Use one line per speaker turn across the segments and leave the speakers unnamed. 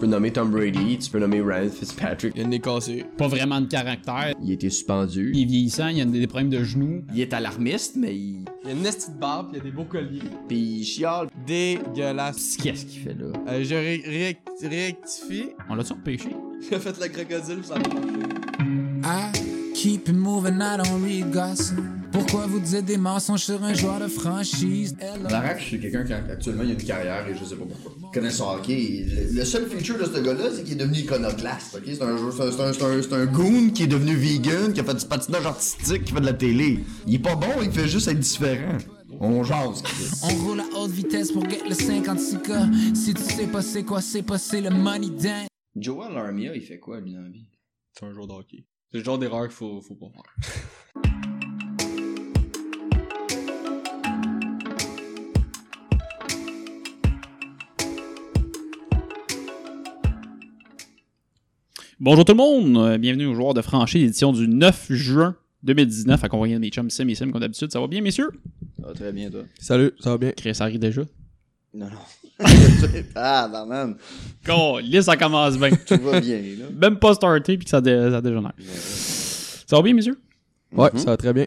peux nommer Tom Brady, tu peux nommer Ryan Fitzpatrick.
Il y a une nez cassé.
Pas vraiment de caractère.
Il a été suspendu.
Il est vieillissant, il a des problèmes de genoux.
Il est alarmiste, mais il.
Il y a une nestie de barbe, puis il y a des beaux colliers.
Pis il chiale.
Dégueulasse.
Qu'est-ce qu'il
Qu'est-ce qu'il fait là?
Euh, je ré- réact- rectifie.
On l'a-tu repêché?
J'ai fait le crocodile, ça marche.
I Hein? keep it moving, I don't read gossip. Pourquoi vous dites des mensonges sur un joueur de franchise? Hello.
Larac, c'est quelqu'un qui actuellement il a une carrière et je sais pas pourquoi. Il connaît son hockey. Le, le seul feature de ce gars-là, c'est qu'il est devenu iconoclaste. ok? C'est un, joueur- c'est un, c'est un, c'est un, c'est un goon qui est devenu vegan, qui a fait du patinage artistique, qui fait de la télé. Il est pas bon, il fait juste être différent. On jase. Chris.
On roule à haute vitesse pour get le 56K. Si tu sais pas c'est quoi, c'est pas c'est le money dance.
Joel Armia, il fait quoi, lui, dans la vie?
C'est un joueur de hockey. C'est le genre d'erreur qu'il faut, faut pas faire.
Bonjour tout le monde, euh, bienvenue aux joueurs de franchise, édition du 9 juin 2019, accompagné de mes chums Sim et Sim comme d'habitude. Ça va bien, messieurs?
très bien, toi.
Salut, ça va bien.
Chris, ça arrive déjà.
Non, non. ah, non, man.
Go, ça commence bien.
Tout va bien, là.
Même pas starté, puis que ça, dé- ça dégénère. Ça va bien, messieurs?
Ouais,
Mhm.
ça va très bien.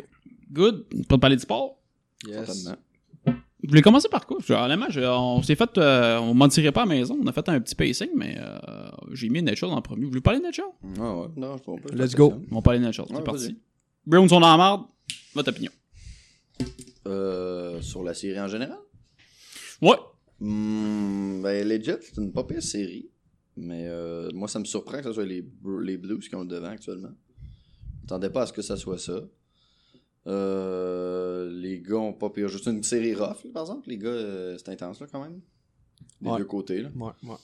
Good. Pas de parler de sport?
Yes.
Vous voulez commencer par quoi? Je- Honnêtement, je- on s'est fait. euh, on mentirait pas à la maison. On a fait un petit pacing, mais euh, j'ai mis Nature en premier. Vous voulez parler de Nature?
Ah ouais. Non, je comprends pas.
Let's go.
On va parler de Nature. C'est
Ouais,
parti.
vas-y.
Browns sont dans la marde. Votre opinion.
Euh, sur la série en général?
Ouais.
Hmm, ben, legit, c'est une pas pire série. Mais euh, moi, ça me surprend que ce soit les, Bru- les Blues qui ont le devant actuellement. Je m'attendais pas à ce que ça soit ça. Euh, les gars ont pas pire. Juste une série rough, là, par exemple. Les gars, euh, c'est intense, là, quand même. Des
Ouais.
deux côtés, là.
Ouais, ouais.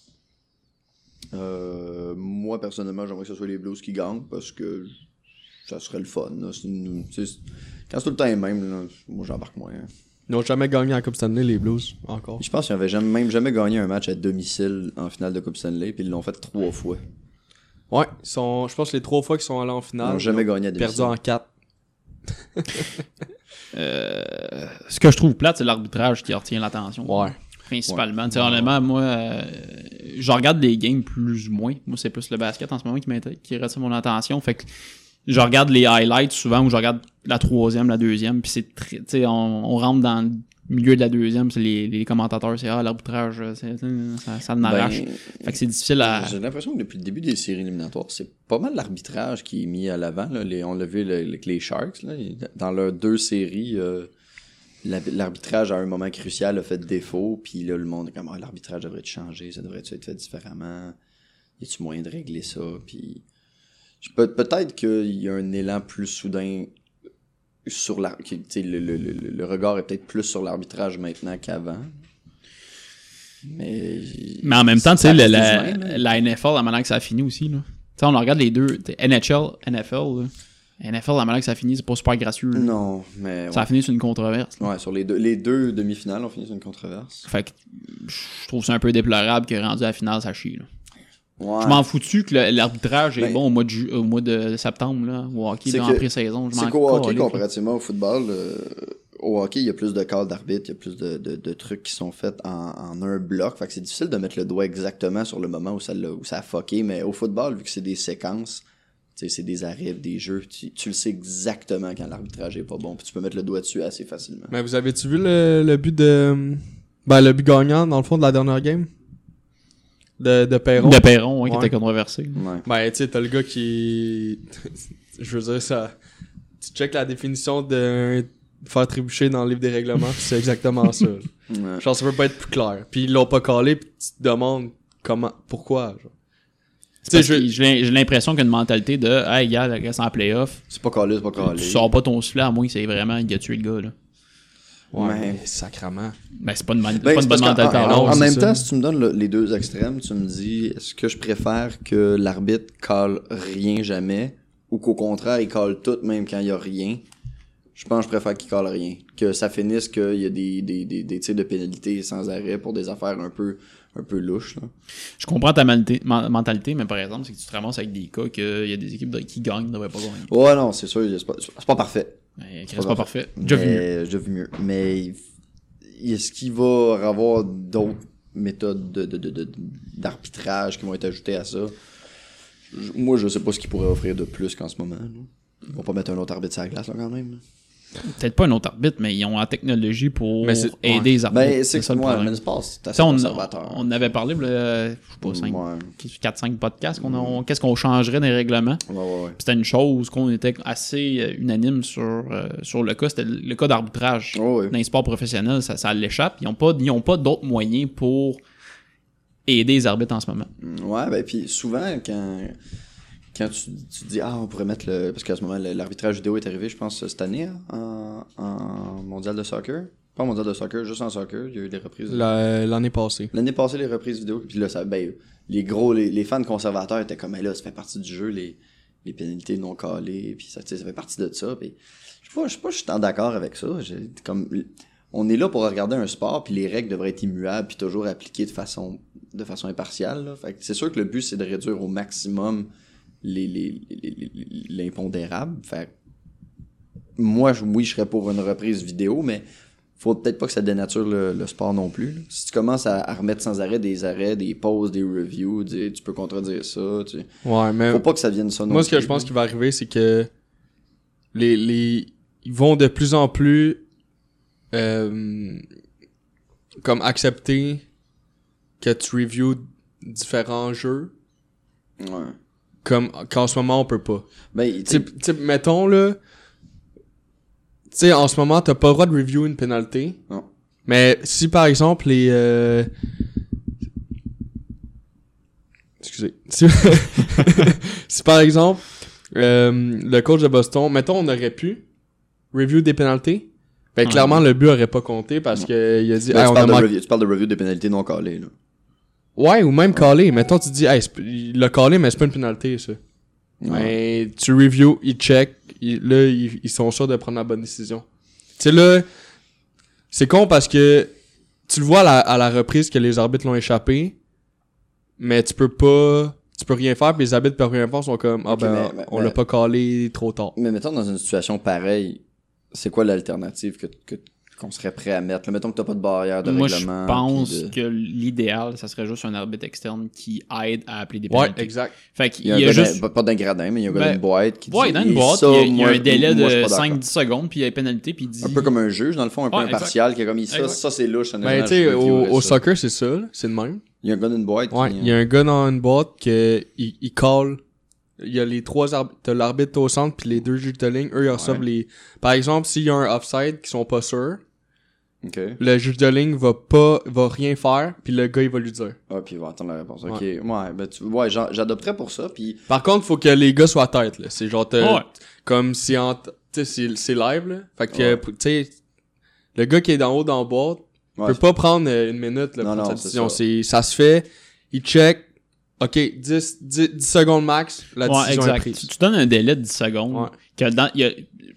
Euh, moi, personnellement, j'aimerais que ce soit les Blues qui gagnent parce que ça serait le fun. là. C'est une- c'est- Quand c'est tout le temps les mêmes, là, moi, j'embarque moins. hein.
Ils n'ont jamais gagné en Coupe Stanley, les Blues, encore.
Je pense qu'ils n'avaient jamais, même jamais gagné un match à domicile en finale de Coupe Stanley, puis ils l'ont fait trois fois.
Ouais, ils sont, je pense que les trois fois qu'ils sont allés en
Ils
finale,
n'ont jamais gagné à
ils ont perdu
domicile.
en quatre.
Euh, ce que je trouve plate, c'est l'arbitrage qui retient l'attention. Principalement. Tu sais, honnêtement, moi, euh, je regarde les games plus ou moins. Moi, c'est plus le basket en ce moment qui m'intéresse, qui retient mon attention. Fait que je regarde les highlights souvent ou je regarde la troisième, la deuxième. Puis c'est très, tu sais, on, on rentre dans le milieu de la deuxième. c'est Les, les commentateurs, c'est ah, l'arbitrage, c'est- ça, ça en arrache.
Ben,
fait que c'est difficile à.
J'ai l'impression que depuis le début des séries éliminatoires, c'est pas mal l'arbitrage qui est mis à l'avant. là. Les- On l'a vu le- avec les Sharks. là. Dans leurs deux séries, euh, l'arbi- l'arbitrage à un moment crucial a fait défaut. Puis là, le monde est comme Ah, l'arbitrage devrait être changé, ça devrait être fait différemment. Y a-tu moyen de régler ça? Puis je- peut- peut-être qu'il y a un élan plus soudain sur l'ar- qui- tu sais, le, le- le- le regard est peut-être plus sur l'arbitrage maintenant qu'avant. Mais,
Mais en même temps, tu sais,
Ça
le-
reste
la,
humain, là.
la NFL, la manière que ça a fini aussi, là. Tu sais, on regarde les deux. t'sais, NHL, NFL, là. NFL, la manière que ça a fini, c'est pas super gracieux. là.
Non, mais.
Ça a fini sur une controverse.
Ouais, sur les deux, les deux demi-finales, on finit sur une controverse.
Fait que je trouve ça un peu déplorable que rendu à la finale, ça chie. là.
Ouais.
Je m'en foutu que le- l'arbitrage est
Ben-
bon au mois de, ju- au mois de septembre, là, au hockey,
C'est
dans
que-
la pré-saison. Je m'en
C'est qu'au hockey,
calais, là.
comparativement au football, euh, au hockey, il y a plus de calls d'arbitre, il y a plus de, de- de trucs qui sont faits en, en un bloc. Fait que c'est difficile de mettre le doigt exactement sur le moment où ça, l'a- où ça a fucké. Mais au football, vu que c'est des séquences, tu sais, c'est des arrives, des jeux, tu, tu le sais exactement quand l'arbitrage est pas bon. Puis tu peux mettre le doigt dessus assez facilement.
Mais vous avez-tu vu le, le but de. Ben, le but gagnant, dans le fond, de la dernière game De, de Perron.
De Perron, hein, qui
Ouais.
était controversé.
Ouais.
Ben, tu sais, t'as le gars qui. Je veux dire, ça. Tu check la définition de faire trébucher dans le livre des règlements, pis c'est exactement ça.
Ouais.
Genre, ça peut pas être plus clair. Puis ils l'ont pas collé, puis tu te demandes comment, pourquoi. Genre. Tu sais,
C'est parce
je-
que J'ai j'ai l'impression qu'il y a une mentalité de Hey, gars, le gars, c'est en playoff.
C'est pas callé, c'est pas
Tu
callé.
sors pas ton soufflet à moins que c'est vraiment il a tué le gars. Là.
Ouais,
Ouais.
mais sacrement.
Ben, c'est pas une, man- pas
Ben,
une
c'est
bonne
parce qu'en-
mentalité. à
en-
l'heure,
en,
c'est
même
ça.
temps, si tu me donnes le- les deux extrêmes, tu me dis est-ce que je préfère que l'arbitre cale rien jamais ou qu'au contraire il cale tout même quand il y a rien Je pense que je préfère qu'il cale rien, que ça finisse qu'il y a des des des, des tirs de pénalité sans arrêt pour des affaires un peu un peu louches. là.
Je comprends ta malté- men- mentalité, mais par exemple, c'est que tu te ramasses avec des cas qu'il y a des équipes de- qui gagnent, ne devraient pas gagner.
Ouais non, c'est sûr, c'est pas, c'est pas parfait.
Mais Chris,
pas
C'est pas parfait. Déjà vu mieux.
Mais- déjà vu mieux. Mais est-ce qu'il va avoir d'autres méthodes de- de- de- de- d'arbitrage qui vont être ajoutées à ça. Je- moi, je sais pas ce qu'ils pourraient offrir de plus qu'en ce moment. là. Ils vont pas mettre un autre arbitre sur la glace, là, quand même. là.
Peut-être pas un autre arbitre, mais ils ont la technologie pour
Mais c'est-
aider les arbitres.
Ben, c'est
Ah, ça
que
le
moi,
problème.
mais le sport, c'est assez
Ça, on,
conservateur.
on avait parlé, le, je sais pas, cinq-
Ouais.
4-5 podcasts, qu'on a- on- qu'est-ce qu'on changerait dans les règlements.
Ouais, ouais, ouais.
Puis C'était une chose qu'on était assez euh, unanime sur, euh, sur le cas, c'était le le cas d'arbitrage.
Ouais, ouais.
Dans les sports professionnels, ça, ça l'échappe. Ils n'ont pas, ils ont pas d'autres moyens pour aider les arbitres en ce moment.
Ouais, ben puis souvent quand quand tu, tu dis ah on pourrait mettre le parce qu'à ce moment le- l'arbitrage vidéo est arrivé je pense cette année hein, en, en mondial de soccer pas en mondial de soccer juste en soccer il y a eu des reprises
La- L'année passée.
l'année passée les reprises vidéo puis là ça ben les gros les, les fans conservateurs étaient comme mais là ça fait partie du jeu les, les pénalités non calées puis ça tu sais, ça fait partie de ça puis je sais pas je sais pas je suis tant d'accord avec ça J'ai- comme on est là pour regarder un sport, puis les règles devraient être immuables, puis toujours appliquées de façon, de façon impartiale. là. Fait que c'est sûr que le but, c'est de réduire au maximum les- les- les- les- les- l'impondérable. Fait que moi, je, oui, je serais pour une reprise vidéo, mais faut peut-être pas que ça dénature le, le sport non plus. là. Si tu commences à, à remettre sans arrêt des arrêts, des pauses, des reviews, tu, tu peux contredire ça. Tu...
Ouais, mais.
Euh,
Faut pas que ça devienne ça non
Moi, ce que
plus,
je pense
là.
qui va arriver, c'est que les, les- ils vont de plus en plus euh, comme accepter que tu reviews différents jeux
Ouais.
comme qu'en ce moment on peut pas.
Ben, tu sais,
Type, type, mettons là, tu sais, en ce moment t'as pas le droit de review une pénalité.
non.
Mais si par exemple les euh, excusez si, si, par exemple euh, le coach de Boston mettons on aurait pu review des pénalités ben
Ouais.
clairement le but aurait pas compté parce que il a dit Hey,
Ah,
Ben, tu,
on a
parles de
manqué-
review, tu parles de review des pénalités non calées. Là.
ouais ou même callé mettons tu dis hey, c'est p- il l'a callé mais c'est pas une pénalité ça ben tu review ils check ils- là ils, ils sont sûrs de prendre la bonne décision tu sais là c'est con parce que tu le vois à la, à la reprise que les arbitres l'ont échappé, mais tu peux pas, tu peux rien faire, puis les arbitres peuvent rien faire, sont comme, ah
Ok,
ben,
mais- mais-
on
mais-
l'a pas calé trop tard.
Mais mettons dans une situation pareille, c'est quoi l'alternative que, que- qu'on serait prêt à mettre? Là, mettons que t'as pas de barrière de
Moi, je
règlement.
pense
puis de-
que l'idéal, ça serait juste un arbitre externe qui aide à appeler des
Ouais,
pénalités.
exact.
Fait qu'il
Il y
y
a, un
a
gars dans-
juste...
pas, pas d'un gradin, mais il y a un gars
Ben,
dans une boîte qui dit.
Ouais, dans
Eh,
une boîte,
ça,
il y a- il y, a
moi,
un délai
moi, je suis
de
pas d'accord.
5-10 secondes, puis il y a une pénalité, puis il dit...
Un peu comme un juge, dans le fond, un peu
Ouais,
impartial, qui est comme il- ça,
Exact.
ça c'est louche. honnêtement,
Ben, tu
je
sais, au,
reviewerais
au
ça.
soccer, c'est ça, là, c'est le même.
Il y a un gars dans une boîte.
Ouais,
qui-
il y a un gars dans une boîte que il, il call. Il y a les trois arbitres, t'as l'arbitre au centre puis les deux juges de ligne, eux ils reçoivent les. Par exemple, s'il y a un offside qui sont pas sûrs,
euh, Ok.
le juge de ligne va pas, va rien faire puis le gars il va lui dire.
Ah, puis il va attendre la réponse. Ok. Ouais, ben, tu... ouais j'en- j'adopterais pour ça, puis.
Par contre, faut que les gars soient à tête, là. C'est genre, t'as-
euh,
Ouais.
comme si en, tu sais, c'est, c'est live, là. Fait que,
Ouais.
tu sais, le gars qui est d'en haut dans le boîte
Ouais,
peut pas prendre euh, une minute, là,
Non,
pour
non,
sa
c'est
décision.
ça.
C'est, ça se fait, il check, ok, 10, 10, 10 secondes max, la
Ouais,
décision est
exact. Tu,
prise.
tu donnes un délai de 10 secondes.
Ouais.
que dans- il y a-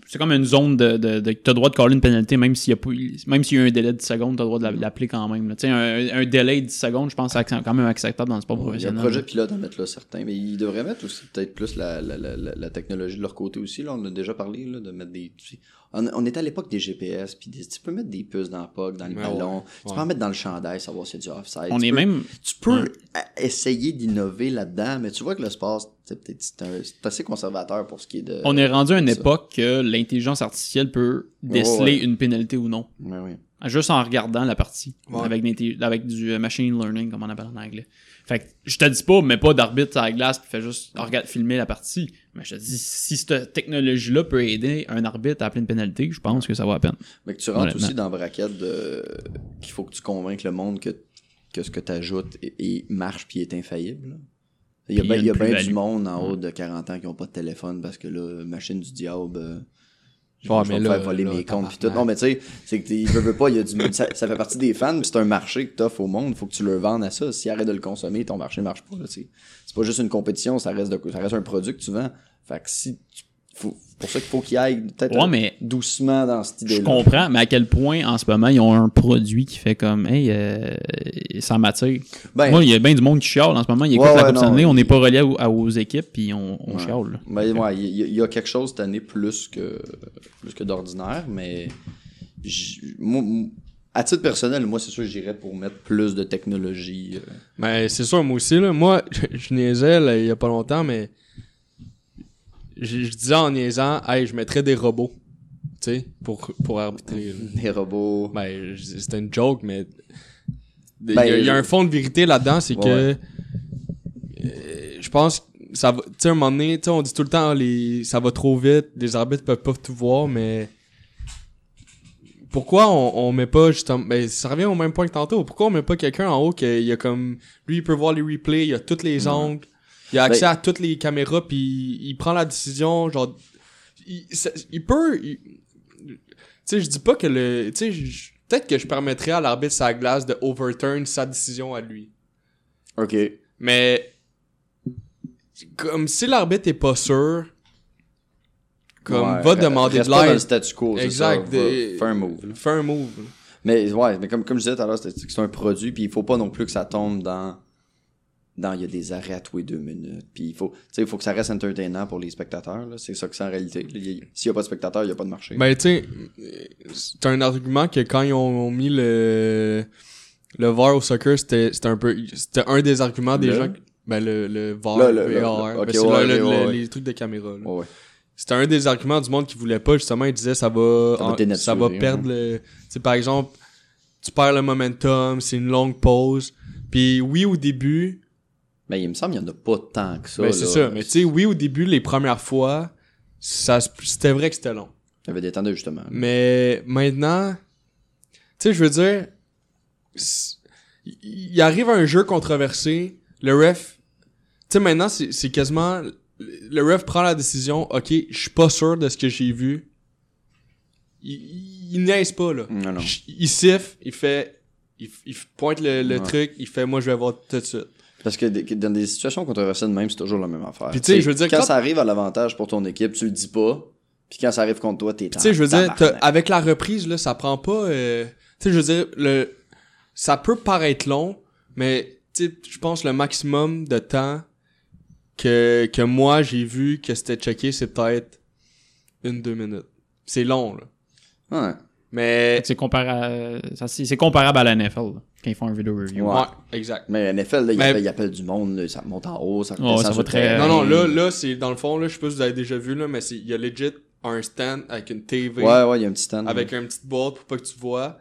c'est comme une zone de. de, de tu as le droit de coller une pénalité, même s'il y a, pas eu- même s'il y a eu un délai de 10 secondes, tu as le droit de
Mm.
la- de l'appeler quand même. là. Tu sais, Un, un délai de 10 secondes, je pense que c'est quand même acceptable dans le sport
Il y a un
professionnel.
projet pilote à mettre là, certains, mais ils devraient mettre aussi peut-être plus la, la, la, la- la technologie de leur côté aussi. Là, on a déjà parlé là, de mettre des. tu sais, On, on était à l'époque des GPS, puis des- tu peux mettre des puces dans le POC, dans le
Ouais,
ballon. Tu peux
ouais.
en mettre dans le chandail, savoir s'il y a du offside.
On
tu
est
peux,
même.
Tu peux
Ouais.
a- essayer d'innover là-dedans, mais tu vois que le sport, c'est peut-être c'est un- c'est assez conservateur pour ce qui est de.
On est rendu à une
euh, ça.
époque que l'intelligence artificielle peut
Ouais, ouais.
déceler une pénalité ou non.
Ouais, ouais.
Juste en regardant la partie.
Ouais.
Avec, l'inté- avec du euh, machine learning, comme on appelle en anglais. Fait que je te dis pas, mais pas d'arbitre à la glace, puis fais juste regarde, filmer la partie. Mais je te dis, si cette technologie-là peut aider un arbitre à appeler une pénalité, je pense que ça vaut la peine.
Mais que tu rentres
Honnêtement.
aussi dans la braquette de... qu'il faut que tu convainques le monde que, que ce que tu ajoutes et, et marche puis est infaillible. là. Il y a
Puis il y a
bien il y a
une
bien
plus-value.
du monde en haut de 40 ans qui n'ont pas de téléphone parce que là, machine du diable. euh, je
Ouais,
je
mais
vais me
là,
faire voler
là,
mes comptes pis tout.
tabarnak.
Non, mais tu sais, c'est que tu veux, veux pas, il y a du monde. Ça, ça fait partie des fans, pis c'est un marché que t'offres au monde. Faut que tu le vendes à ça. S'ils arrêtent de le consommer, ton marché marche pas. là, tu sais. C'est pas juste une compétition, ça reste, de, ça reste un produit que tu vends. Fait que si. tu- faut- pour ça qu'il faut qu'il aille peut-être
Ouais, mais
doucement dans cette idée-là.
Je comprends, mais à quel point en ce moment ils ont un produit qui fait comme Hey, euh, ça m'attire.
Ben,
Moi, il y a bien du monde qui chiale en ce moment. Ils écoutent
Ouais,
la
ouais,
Coupe
non,
Stanley, on
il-
n'est pas relié aux, à- aux équipes, puis on, on
Ouais.
chiale. là.
Ben, ouais, il y, a- il y a quelque chose cette année plus que, plus que d'ordinaire, mais j'- moi, moi, à titre personnel, moi, c'est sûr que j'irais pour mettre plus de technologie. euh.
Mais Ben, c'est sûr, moi aussi, là. Moi, je niaisais, là, il y a pas longtemps, mais. Je, je disais en niaisant, hey, je mettrais des robots. Tu sais, pour, pour arbitrer. là.
Des robots.
Ben, je- c'était une joke, mais. Il
Ben,
y, a- il y a
euh,
un fond de vérité là-dedans, c'est que.
ouais.
euh, je pense que ça va. Tu sais, un moment donné, tu sais, on dit tout le temps, ah, les, ça va trop vite, les arbitres peuvent pas tout voir, mais. Pourquoi on, on met pas justement. Ben, ça revient au même point que tantôt. Pourquoi on met pas quelqu'un en haut qu'il y a comme. Lui, il peut voir les replays, il y a toutes les angles, il a accès
Ben-
à toutes les caméras, puis il, il prend la décision, genre. Il, ça- il peut. il- tu sais, je dis pas que le. Tu sais, je- peut-être que je permettrais à l'arbitre sa glace de overturn sa décision à lui.
OK.
Mais. Comme si l'arbitre est pas sûr. Comme
Ouais,
va
re-
demander
reste
de
pas dans le
l'aide.
statu quo, c'est ça.
Exact.
va-
des-
Fais un move. là.
Fais un move. là.
Mais ouais, mais comme, comme je disais tout à l'heure, c'est c'est un produit, puis il faut pas non plus que ça tombe dans. dans il y a des arrêts à tous les deux minutes. Puis il faut, tu sais, il faut que ça reste entertainant pour les spectateurs. là. C'est ça que c'est en réalité. là. Il y a- S'il n'y a pas de spectateurs, il n'y a pas de marché.
Ben, tu sais, c'est un argument que quand ils ont, ont mis le. Le VAR au soccer, c'était c'était un peu. C'était un des arguments des
Le?
gens. que- Ben, le, le VAR.
Le- le- le-
VAR,
le-
ben,
ok,
c'est
ouais,
le- le-
ouais,
le-
ouais.
les trucs de caméra. là.
Ouais, ouais.
c'était un des arguments du monde qui voulait pas justement il disait ça va
Ça va
en- ça va,
dénaturer, hein.
perdre le tu sais, par exemple tu perds le momentum c'est une longue pause puis oui au début
Mais il me semble qu'il n'y en a pas tant que ça.
ben, c'est
là.
ça mais tu sais oui au début les premières fois ça se- c'était vrai que c'était long
Il y avait des temps d'ajustement. là.
mais maintenant, tu sais, je veux dire, c'est- il il arrive un jeu controversé, le ref, tu sais, maintenant, c'est c'est quasiment, le ref prend la décision, ok, je suis pas sûr de ce que j'ai vu. Il, il, il niaise pas, là.
Non, non.
Ch- Il siffle, il fait, il, il pointe le, le
Ouais.
truc, il fait, moi, je vais voir tout de suite.
Parce que des- que dans des situations controversées de même, c'est toujours la même affaire.
Puis tu sais, je veux dire,
quand,
quand-
ça arrive à l'avantage pour ton équipe, tu le dis pas. Puis quand ça arrive contre toi, t'es
Tu sais, je veux dire, t'as-
tabarnak.
avec la reprise, là, ça prend pas. euh, tu sais, je veux dire, le, ça peut paraître long, mais tu sais, je pense le maximum de temps que, que moi j'ai vu que c'était checké, c'est peut-être une, deux minutes. C'est long, là.
Ouais.
Mais.
C'est comparable, à... ça, c'est c'est comparable à la NFL là, quand ils font un vidéo review.
Ouais.
Ouais, exact.
Mais NFL, là, il,
Mais-
appelle, il appelle du monde, là, ça monte en haut, ça
Ouais,
redescend
ça va
sur le
très-
terrain.
Non, non, là, là, c'est dans le fond, là, je sais pas si vous avez déjà vu, là, mais c'est- il y a legit un stand avec une TV.
Ouais, ouais, il y a un petit stand.
Avec une petite boîte pour pas que tu vois.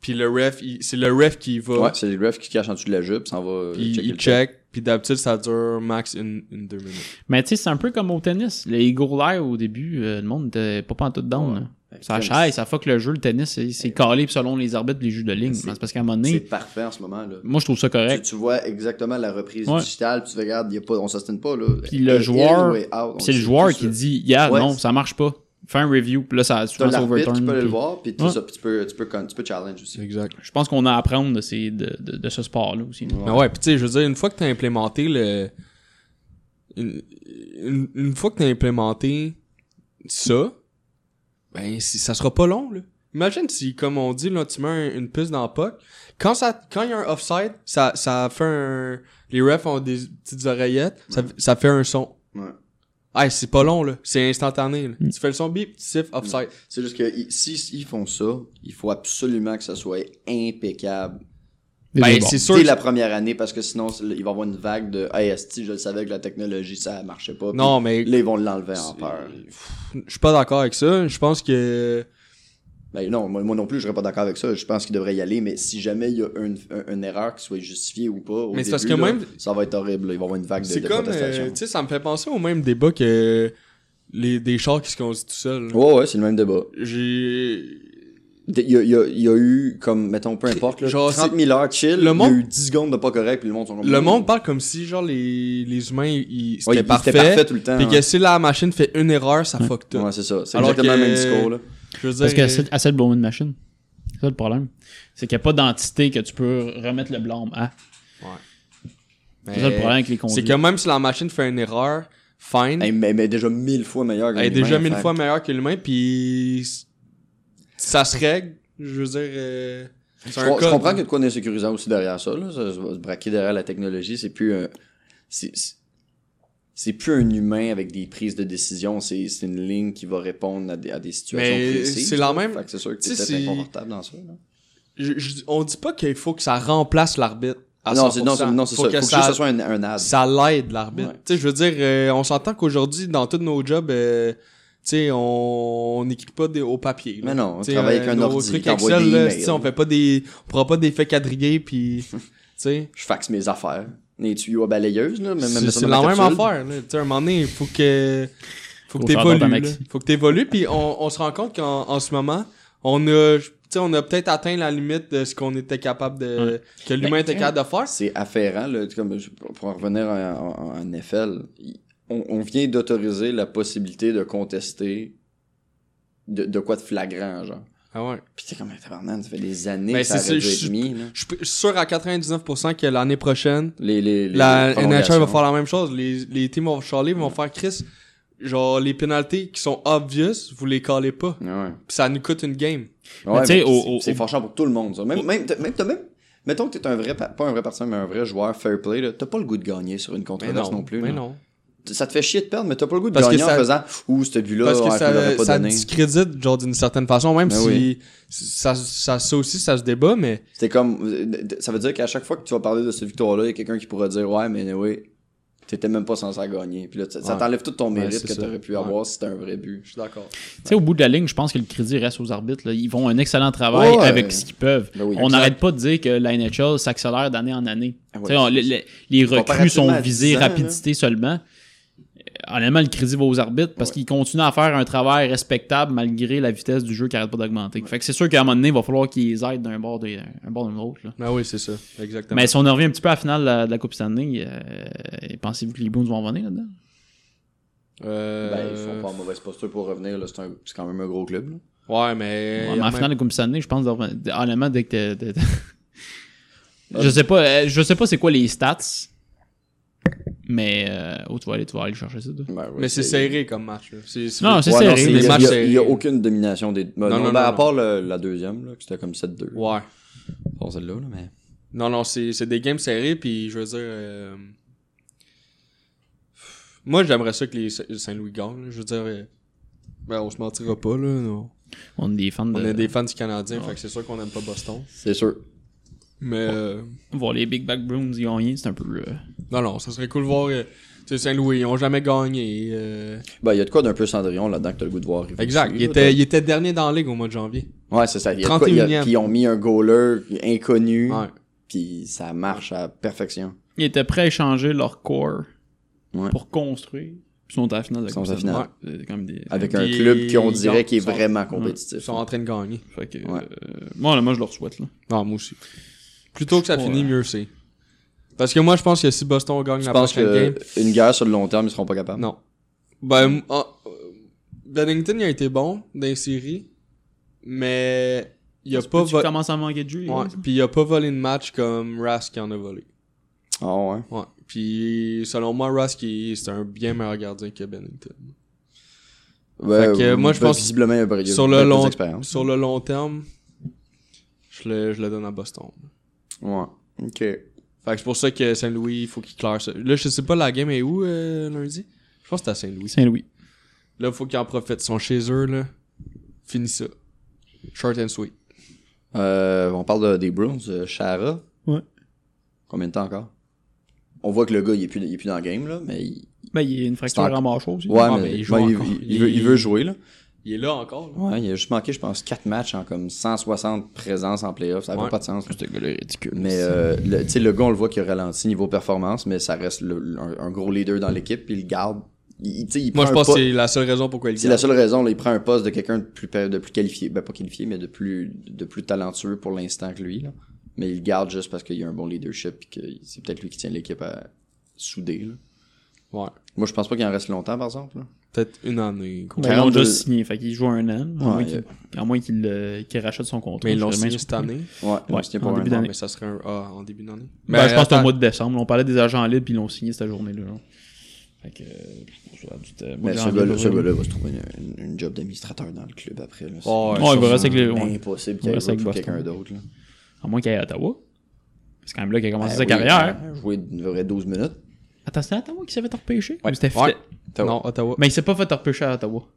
Puis le ref, il- c'est le ref qui y va.
Ouais, c'est le ref qui se cache en dessous de la jupe, s'en va euh,
Puis
checker
il
le tape.
check, puis d'habitude ça dure max une, une deux minutes.
Mais tu sais, c'est un peu comme au tennis. Les gourlets au début, euh, le monde était pas pantoute down. là. Ça
Comme
chaille, ça fuck le jeu, le tennis, c'est- c'est calé selon les arbitres les jeux de ligne.
C'est-
C'est parce qu'à un moment
C'est
donné,
parfait en ce moment, là.
moi je trouve ça
Tu,
correct.
tu vois exactement la reprise
Ouais.
digitale, puis tu regardes, il y a pas, on s'ostine pas, là.
Puis le
In, in,
joueur-
way out, on
Puis C'est le
sait
joueur
tout
qui
ah, ça.
dit, yeah,
Ouais.
non, ça marche pas. Fais un review, puis là, ça
T'as
souvent ça
l'arbitre qui
overturn,
peut aller le
puis-
voir, puis
Ouais.
tout ça, puis tu peux, tu peux, con- tu peux challenge aussi.
Exact.
Je pense qu'on a à apprendre de, ces, de, de, de ce sport-là aussi.
Mais ouais, puis tu sais, je veux dire, une fois que t'as implémenté le. Une, une, une fois que t'as implémenté ça, ben si- ça sera pas long, là. Imagine si, comme on dit, là, tu mets un- une puce dans le puck. Quand ça quand il y a un offside, ça, ça fait un. Les refs ont des petites oreillettes, ça, ça fait un son.
Ouais. Mm.
Hey, c'est pas long, là. C'est instantané, là. Tu fais le son bip, tu siffles offside.
C'est juste que i- si ils font ça, il faut absolument que ça soit impeccable.
Des
Ben,
deux bords.
c'est sûr.
Dès
que-
la première année, parce que sinon, c'est- il va y avoir une vague de Hey, esti, je le savais que la technologie, ça marchait pas. Puis
Non, mais.
Là, ils vont l'enlever en peur.
Je suis pas d'accord avec ça. Je pense que.
Ben non, moi, moi non plus, je serais pas d'accord avec ça. Je pense qu'il devrait y aller, mais si jamais il y a une, un- une erreur qui soit justifiée ou pas, au
Mais c'est
début,
parce que
là,
même-
ça va être horrible. là. Il va y avoir une vague de,
C'est
de
comme.
protestations.
euh, Tu sais, ça me fait penser au même débat que. Les, des chars qui se conduisent tout seuls. là.
ouais, ouais, c'est le même débat.
J'ai.
Il y, a, il y a- il y a eu, comme, mettons, peu importe, là,
Genre,
30 000 heures chill,
le
le monde... il
monde-
y a eu 10 secondes de pas correct, puis le monde sont comme-
Le monde parle comme si, genre, les, les humains, ils,
Ouais,
c'était
il- il-
parfait.
c'était parfait tout le temps.
Puis
hein.
que si la machine fait une erreur, ça fuck tout.
Ouais, c'est ça. C'est
Alors
exactement
que-
le même discours, là.
Je veux dire.
Parce qu'à
euh,
cette, à cette Bowman Machine, c'est ça le problème. C'est qu'il n'y a pas d'entité que tu peux remettre le blâme à. C'est ça le problème avec les
C'est
conduits.
que même si la machine fait une erreur, fine.
Hey, mais, mais déjà mille fois meilleur que
Elle est
l'humain,
déjà mille
fait.
fois meilleure que l'humain, puis s- ça se règle. Je veux dire, euh,
Je,
c'est
com- je
code.
comprends qu'il y a de quoi d'insécurisant aussi derrière ça, là. Ça, se va se braquer derrière la technologie, c'est plus un... C'est c'est- c'est plus un humain avec des prises de décision, c'est c'est une ligne qui va répondre à des, à des situations
Mais
précises.
c'est la
là.
même-
Fait que C'est sûr que
tu sais,
t'es peut-être
c'est-
inconfortable dans ça, là.
je- je- on dit pas qu'il faut que ça remplace l'arbitre. à
non, c'est, non, c'est,
100%.
non, c'est
Faut
ça.
que
faut
ça-
juste que ce soit un, un ad.
ça l'aide l'arbitre.
Ouais.
Tu sais, je veux dire, euh, on s'entend qu'aujourd'hui, dans tous nos jobs, euh, tu sais, on on n'écrit pas des, au papier. là.
Mais non, on
Tu sais, euh,
travaille avec un
nos
ordi,
trucs
t'envoies
Excel,
des
là,
emails.
tu sais, on fait pas des, on prend pas des faits quadrillés, puis, tu sais,
Je faxe mes affaires. Les tuyaux à balayeuse, là. Même,
c'est
même
c'est
ça
la
dans ma
même
capsule.
affaire. là. Tu sais, à un moment donné, il faut que, faut que
Faut faire dans ta
t'évolues. là.
maxi.
Faut que t'évolues, puis on, on se rend compte qu'en en ce moment, on a, tu sais, on a peut-être atteint la limite de ce qu'on était capable de, que l'humain
Ben,
était capable de faire.
C'est affairant, là. Comme, je- pour en revenir en, en- en NFL, il- on, on vient d'autoriser la possibilité de contester de, de quoi de flagrant, genre.
Ah ouais.
Puis t'es comme, tabarnak, ça fait des années
Ben,
que ça
c'est
aurait
ça,
dû
je-
être mis, là.
Je suis sûr à 99% que l'année prochaine,
Les, les, les-
La NHL va
les prolongations.
faire la même chose. Les, les teams vont chialer, vont faire Chris. Genre, les pénalités qui sont obvious, vous les callez pas.
Ouais.
Puis ça nous coûte une game.
Ouais,
tu sais,
mais
au-
c'est-
au-
c'est
au-
fâchant pour tout le monde, ça. Même, même, t'as- même, t'as même- mettons que t'es un vrai, pa- pas un vrai partisan, mais un vrai joueur fair play, là, t'as pas le goût de gagner sur une controverse non, plus.
mais
là.
non.
Ça te fait chier de perdre, mais t'as pas le goût de
Parce que
gagner en
ça-
faisant Ouh, ce but-là,
Parce que
ouais, je me l'aurais
ça,
pas
ça
donné.
discrédite, genre, d'une certaine façon, même
Ben
si
oui.
ça, ça, ça aussi, ça se débat, mais
C'est comme. euh, Ça veut dire qu'à chaque fois que tu vas parler de cette victoire-là, il y a quelqu'un qui pourra dire Ouais, mais anyway, t'étais même pas censé la gagner. Puis là, ça ça
Ouais.
t'enlève tout ton
Ouais,
mérite
c'est
que
ça.
t'aurais pu
Ouais.
avoir si c'était un vrai but.
je suis d'accord.
Tu sais, au bout de la ligne, je pense que le crédit reste aux arbitres. là. Ils font un excellent travail
Ouais.
avec ce qu'ils peuvent.
Ben oui,
on
exact.
n'arrête pas de dire que la NHL s'accélère d'année en année.
Ah ouais.
Tu sais, on- le- le- les recrues
Comparativement
sont
à
visées
10 ans, là.
rapidité seulement. Euh, Honnêtement, le crédit va aux arbitres parce qu'ils continuent à faire un travail respectable malgré la vitesse du jeu qui n'arrête pas d'augmenter. Fait que c'est sûr qu'à un moment donné, il va falloir qu'ils aident d'un bord de, un bord de l'autre. là.
Ben oui, c'est ça. Exactement.
Mais si on en revient un petit peu à la finale de la, de la Coupe Stanley, euh, pensez-vous que les Blues vont revenir là-dedans?
Euh,
Ben, ils sont pas en mauvaise posture pour revenir. là. C'est un- c'est quand même un gros club. là.
Ouais, mais.
Ouais, mais en finale de Coupe Stanley, je pense, de reven- de- honnêtement, dès que t'es- t'es- t'es- je
Ouais.
sais pas, euh, je sais pas c'est quoi les stats, mais euh, oh, tu vas aller, tu vas aller chercher ça. toi.
Ben oui,
Mais c'est serré comme match. là. C'est- c'est-
Non, c'est
Ouais, non,
serré.
c'est-
Les
il y a-
matchs
il y a-
serrés.
Il n'y a, aucune domination des. Non,
non,
non,
non,
ben, à
non.
part le- la deuxième, là, que c'était comme 7-2.
Ouais.
Bon, celle-là, là, mais.
Non, non, c'est c'est des games serrés, puis je veux dire. euh, Moi, j'aimerais ça que les Sa- Saint-Louis gagnent. là. Je veux dire. euh, Ben, on se mentira pas, là. non.
On est des fans de
On est des fans du Canadien,
Ouais.
fait que c'est sûr qu'on aime pas Boston.
C'est sûr.
Mais. euh,
voir les Big Back Brooms y gagner, c'est un peu. euh,
Non, non, ça serait cool de voir. euh, tu sais, Saint-Louis, ils ont jamais gagné. euh,
Ben, il y a de quoi d'un peu Cendrillon là-dedans que t'as le goût de voir arriver.
Exact.
dessus,
Ils
là,
étaient il était dernier dans la ligue au mois de janvier.
t'as- Ouais, c'est ça. Il y a de quoi- il y a-
31e.
Puis ils ont mis un goaler inconnu.
Ouais.
Puis ça marche à perfection.
Ils étaient prêts à échanger leur corps
Ouais.
pour construire. Puis ils sont à la finale de la
Ils sont
Coupe
à la
Stanley.
finale.
C'est comme des.
Avec
Puis
un club qui on
ils ont-
dirait qui est
sont- hmm,
vraiment
Ils
compétitif.
sont en train de gagner.
Fait que,
Ouais.
euh, moi, là, moi, je leur souhaite. Là.
Non, moi aussi. Plutôt que ça
Ouais.
finit, mieux c'est. Parce que moi, je pense que si Boston gagne
Je
la
pense
prochaine game.
qu'une guerre sur le long terme, ils seront pas capables.
Non. Ben, m- ah, euh, Bennington, il a été bon dans les séries, mais il a
Ça se
pas
peut-tu
volé.
commencer à manquer de jus.
Ouais,
là, ça?
puis il a pas volé de match comme Rask qui en a volé.
Ah ouais.
Ouais. Puis selon moi, Rask, il- c'est un bien meilleur gardien que Bennington.
Ben,
Fait que, moi, je
ben,
pense-
Visiblement, il y a il y a
Sur
peut-être
le,
plus
long,
d'expérience.
sur le long terme, je le, je le donne à Boston.
Ouais. Ok.
Fait que c'est pour ça que Saint-Louis, il faut qu'il claire ça. Là, je sais pas, la game est où euh, lundi Je pense que c'est à Saint-Louis.
Saint-Louis.
Là, il faut qu'ils en profitent. Ils sont chez eux, là. Finis ça. Short and sweet.
Euh, on parle de- des Bruins, euh, Chara.
Ouais.
Combien de temps encore On voit que le gars, il est plus, il est plus dans le game, là, mais il,
Ben, il y a une fracture
C'est
en mâchoire aussi.
ouais,
Ah,
mais,
ben, il
il,
joue
il,
encore.
il- il veut, il
Il-
veut jouer, là.
Il est là encore, là.
Ouais, il a juste manqué, je pense, 4 matchs en comme 160 présences en playoff. Ça n'a
Ouais.
pas de sens.
Ce gars-là est ridicule.
Mais euh, le, tu sais, le gars, on le voit qu'il ralentit niveau performance, mais ça reste le- le- un, un gros leader dans l'équipe, puis il garde. Il, tu sais, il
Moi,
prend
je
un
pense
po-
que c'est la seule raison pourquoi il
c'est la seule raison, là, il prend un poste de quelqu'un de plus, pa- de plus qualifié, ben pas qualifié, mais de plus, de plus talentueux pour l'instant que lui. là. Mais il garde juste parce qu'il a un bon leadership et que c'est peut-être lui qui tient l'équipe à souder. là.
Ouais.
Moi, je pense pas qu'il en reste longtemps, par exemple. là.
Peut-être une année. gros.
Ben, ils l'ont
42.
déjà signé, fait qu'il joue un an.
Ouais,
à moins
il y a-
qu'il- à moins qu'il euh, qu'il rachète son contrat.
Mais ils l'ont
je
signé
serais bien
cette
surpris.
année. Ah,
Ouais, on
Ouais,
se tient
en
pas
début
vraiment.
d'année.
Mais ça serait un A en début d'année.
Ben, je pense que c'est au
attends.
mois de décembre. On parlait des agents libres, puis ils l'ont signé cette journée-là. genre. Fait que. euh, je vois du temps. Moi,
Mais
j'ai
Ben, ce
envie de
gars-là
le
ce
voir.
gars-là va se trouver une, une- une job d'administrateur dans le club après. Là. C'est
Ouais,
Ouais, il va rester avec
Ben,
les. ouais.
impossible
Il
qu'il
va
aille
rester
jouer
avec
pour
Boston.
quelqu'un d'autre. là.
À moins qu'il aille à Ottawa. C'est quand même là qu'il a commencé
Ben
sa
oui,
carrière.
ben, Jouer une vraie 12 minutes.
Attends, c'était à Ottawa qu'il s'est fait repêcher. Ou c'était
Ouais.
fait-
Ottawa.
Non, Ottawa.
Mais il s'est pas fait repêcher à Ottawa.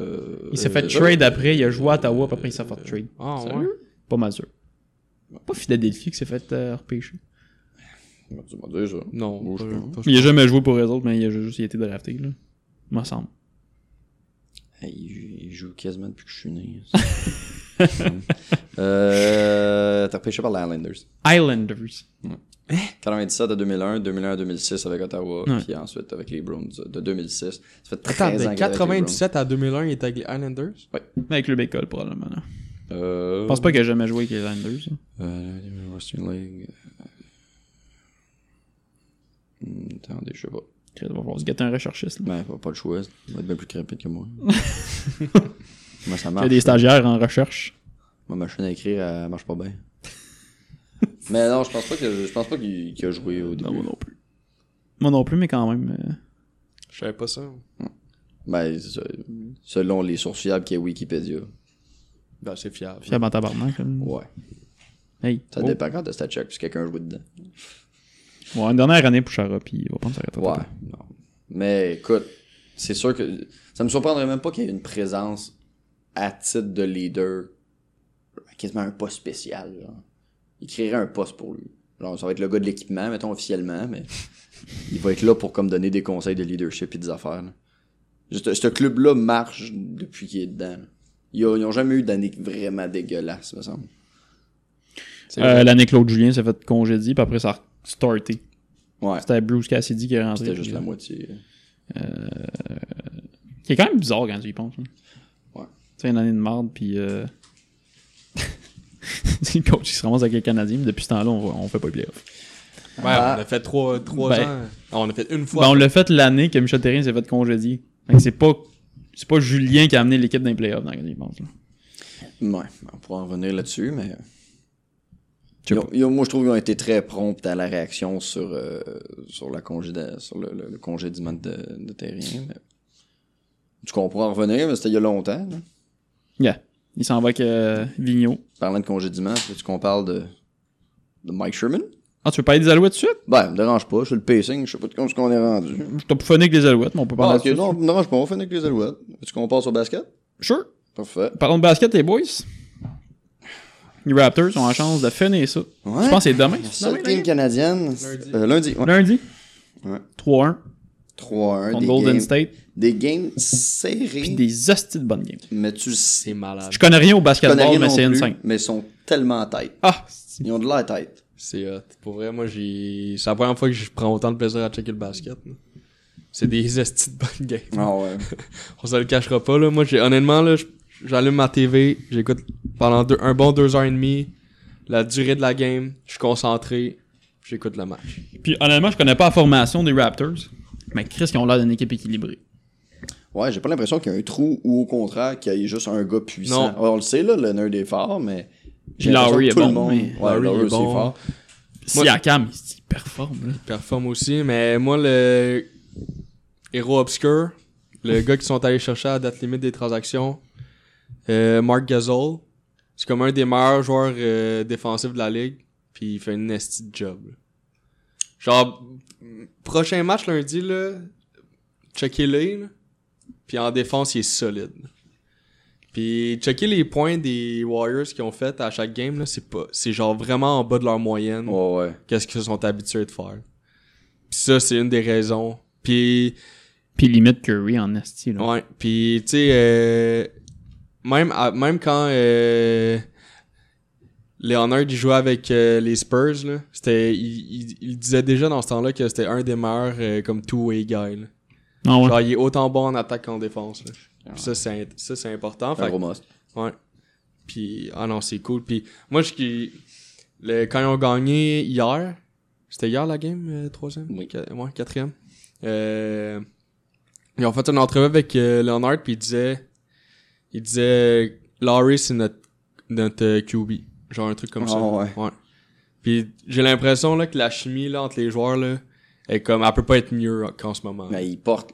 Euh,
Il s'est fait
euh,
trade après, il a joué à Ottawa, puis après il s'est fait trade.
Ah, Euh, ouais.
Sérieux? Pas mal sûr. Pas Philadelphie qui s'est fait euh, repêcher.
Tu m'as dit ça.
Non.
Moi, je
pas-
pense.
pas-
Il a jamais joué pour les autres, mais il a juste il a été drafté, là. Me semble.
Hey, Ben, Il joue, il joue quasiment depuis que je suis né. euh, T'as repêché par les Islanders.
Islanders.
97 à 2001, 2001 à 2006 avec Ottawa,
Ouais.
puis ensuite avec les Browns de 2006. Ça fait
Attends,
13 ans
de
qu'il est avec les Browns.
97 à 2001, il était avec les Islanders?
Avec le école, probablement. là.
Euh,
Je pense pas qu'il a jamais joué avec les Islanders. là.
Euh, la Western League. Hmm, Attendez, je sais pas.
Chris, va falloir se guetter un recherchiste. Là.
Ben, pas- pas le choix. Il va être bien plus rapide que moi. moi, ça
Il y a
marche.
des stagiaires en recherche.
Ma machine à écrire, elle marche pas bien. mais non, je pense pas que je pense pas qu'il qu'il a joué
Ben
au début.
plus. Moi non plus, mais quand même. euh,
Je savais pas ça.
Ben, c'est ça. selon les sources fiables qu'il y a Wikipédia.
Ben, c'est fiable.
fiable en tabarnak. là.
Ouais.
Hey.
Ça
Oh.
dépend quand t'as stat check, puis quelqu'un joue dedans.
Ouais, une dernière année pour Chara, puis il va prendre sa retraite.
Ouais, non. Mais écoute, c'est sûr que ça me surprendrait même pas qu'il y ait une présence à titre de leader, quasiment un poste spécial. Genre. Il créerait un poste pour lui. Genre, ça va être le gars de l'équipement, mettons officiellement, mais il va être là pour comme donner des conseils de leadership et des affaires. là. Juste, ce club-là marche depuis qu'il est dedans. là. Ils ont, ils ont jamais eu d'année vraiment dégueulasse, me semble. C'est
Euh, L'année Claude Julien s'est fait congédier, puis après ça a starté.
Ouais,
C'était Bruce Cassidy qui est rentré.
c'était juste
puis-
la moitié.
Qui est quand même bizarre quand tu y penses. hein.
Ouais.
Tu sais, une année de marde, puis. Euh... c'est le coach qui se ramasse avec les Canadiens, mais depuis ce temps-là, on, va- on fait pas les playoffs.
Ouais, on a fait trois, trois
Ah. Ben.
ans. Ah, on a fait une
Ben,
fois.
on l'a fait l'année que Michel Terrien s'est fait congédier. Fait que c'est pas. C'est pas Julien qui a amené l'équipe dans les playoffs, dans quand tu y penses, là.
Ouais, on pourra en revenir là-dessus, mais.
Je sais
Ils ont- ils ont- moi, je trouve qu'ils ont été très prompts à la réaction sur, euh, sur, la congéda- sur le, le- le congédiement de, de Terrien. Mais... Du coup, on pourra en revenir, mais c'était il y a longtemps. là.
Yeah. Il s'en va avec euh, Vigneault.
Parlant de congédiement, tu qu'on parle de, de Mike Sherman?
Ah, tu veux parler des Alouettes tout de suite?
Ben, me dérange pas, je suis le pacing, je sais pas de ce qu'on est rendu.
Je t'ai poufonné avec les Alouettes, mais on peut
Ah,
parler
ok,
de ça.
non, me dérange pas, on finit avec les Alouettes. Tu qu'on passe au basket?
Sure.
Parfait.
Parlons de basket, les boys. Les Raptors ont la chance de finir ça.
Ouais.
Je pense que c'est demain.
La
c'est demain,
seule team
lundi.
canadienne, c'est- euh, lundi, ouais.
Lundi.
Ouais.
3-1
3-1,
contre
des
Golden
games,
State.
des games serrées,
Puis des hosties de bonnes games.
mais tu sais
C'est malade.
Je connais rien au
connais rien
basketball, mais
non
c'est
plus,
insane.
Mais ils sont tellement tête.
Ah, c'est-
Ils ont de la tête.
C'est hot. Pour vrai, moi, j'ai. C'est la première fois que je prends autant de plaisir à checker le basket. là. C'est des estis de bonne game.
Ah ouais.
On se le cachera pas, là. Moi, j'ai, honnêtement, là, j- j'allume ma TV, j'écoute pendant deux- un bon deux heures et demie la durée de la game, je suis concentré, j'écoute le match.
Puis honnêtement, je connais pas la formation des Raptors. Mais Chris, ils ont l'air d'une équipe équilibrée.
Ouais, j'ai pas l'impression qu'il y a un trou ou au contraire qu'il y a juste un gars puissant.
Non.
Ouais, on le sait, là, Leonard est fort, mais.
Puis
j'ai l'impression
Lowry
que
est
tout
bon,
le monde-
mais-
Ouais,
Lowry
Lowry
est
aussi
bon.
fort.
Moi-
Siakam, il il performe, là.
Il performe aussi, mais moi, le héros obscur, le gars qui sont allés chercher à la date limite des transactions, euh, Mark Gasol, c'est comme un des meilleurs joueurs euh, défensifs de la ligue, puis il fait une nasty job. là. Genre, prochain match lundi, là, checker les là. Puis en défense, il est solide. Puis checker les points des Warriors qu'ils ont fait à chaque game, là, c'est pas. C'est genre vraiment en bas de leur moyenne
Ouais, ouais.
qu'est-ce qu'ils sont habitués de faire. Puis ça, c'est une des raisons. Puis,
Puis limite Curry en esti, là.
ouais, puis tu sais, euh, même, à- même quand euh, Leonard il jouait avec euh, les Spurs, là, c'était, il, il- il disait déjà dans ce temps-là que c'était un des meilleurs euh, comme two-way guy. là.
Ah ouais.
Genre, il est autant bon en attaque qu'en défense. là. Puis ça, c'est, int- ça, c'est important.
Un
Fait que-
gros must.
Ouais. Puis, ah non, c'est cool. Puis, moi, je, qui- le, quand ils ont gagné hier, c'était hier la game, euh, troisième
Oui.
Qua- ouais, quatrième. Euh, ils ont fait une entrevue avec euh, Leonard, puis il disait, il disait, Larry, c'est notre, notre euh, QB. Genre un truc comme
Ah
ça.
ouais.
Puis, j'ai l'impression là, que la chimie là, entre les joueurs, là, est comme, elle peut pas être mieux euh, qu'en ce moment.
Mais Ben, il porte.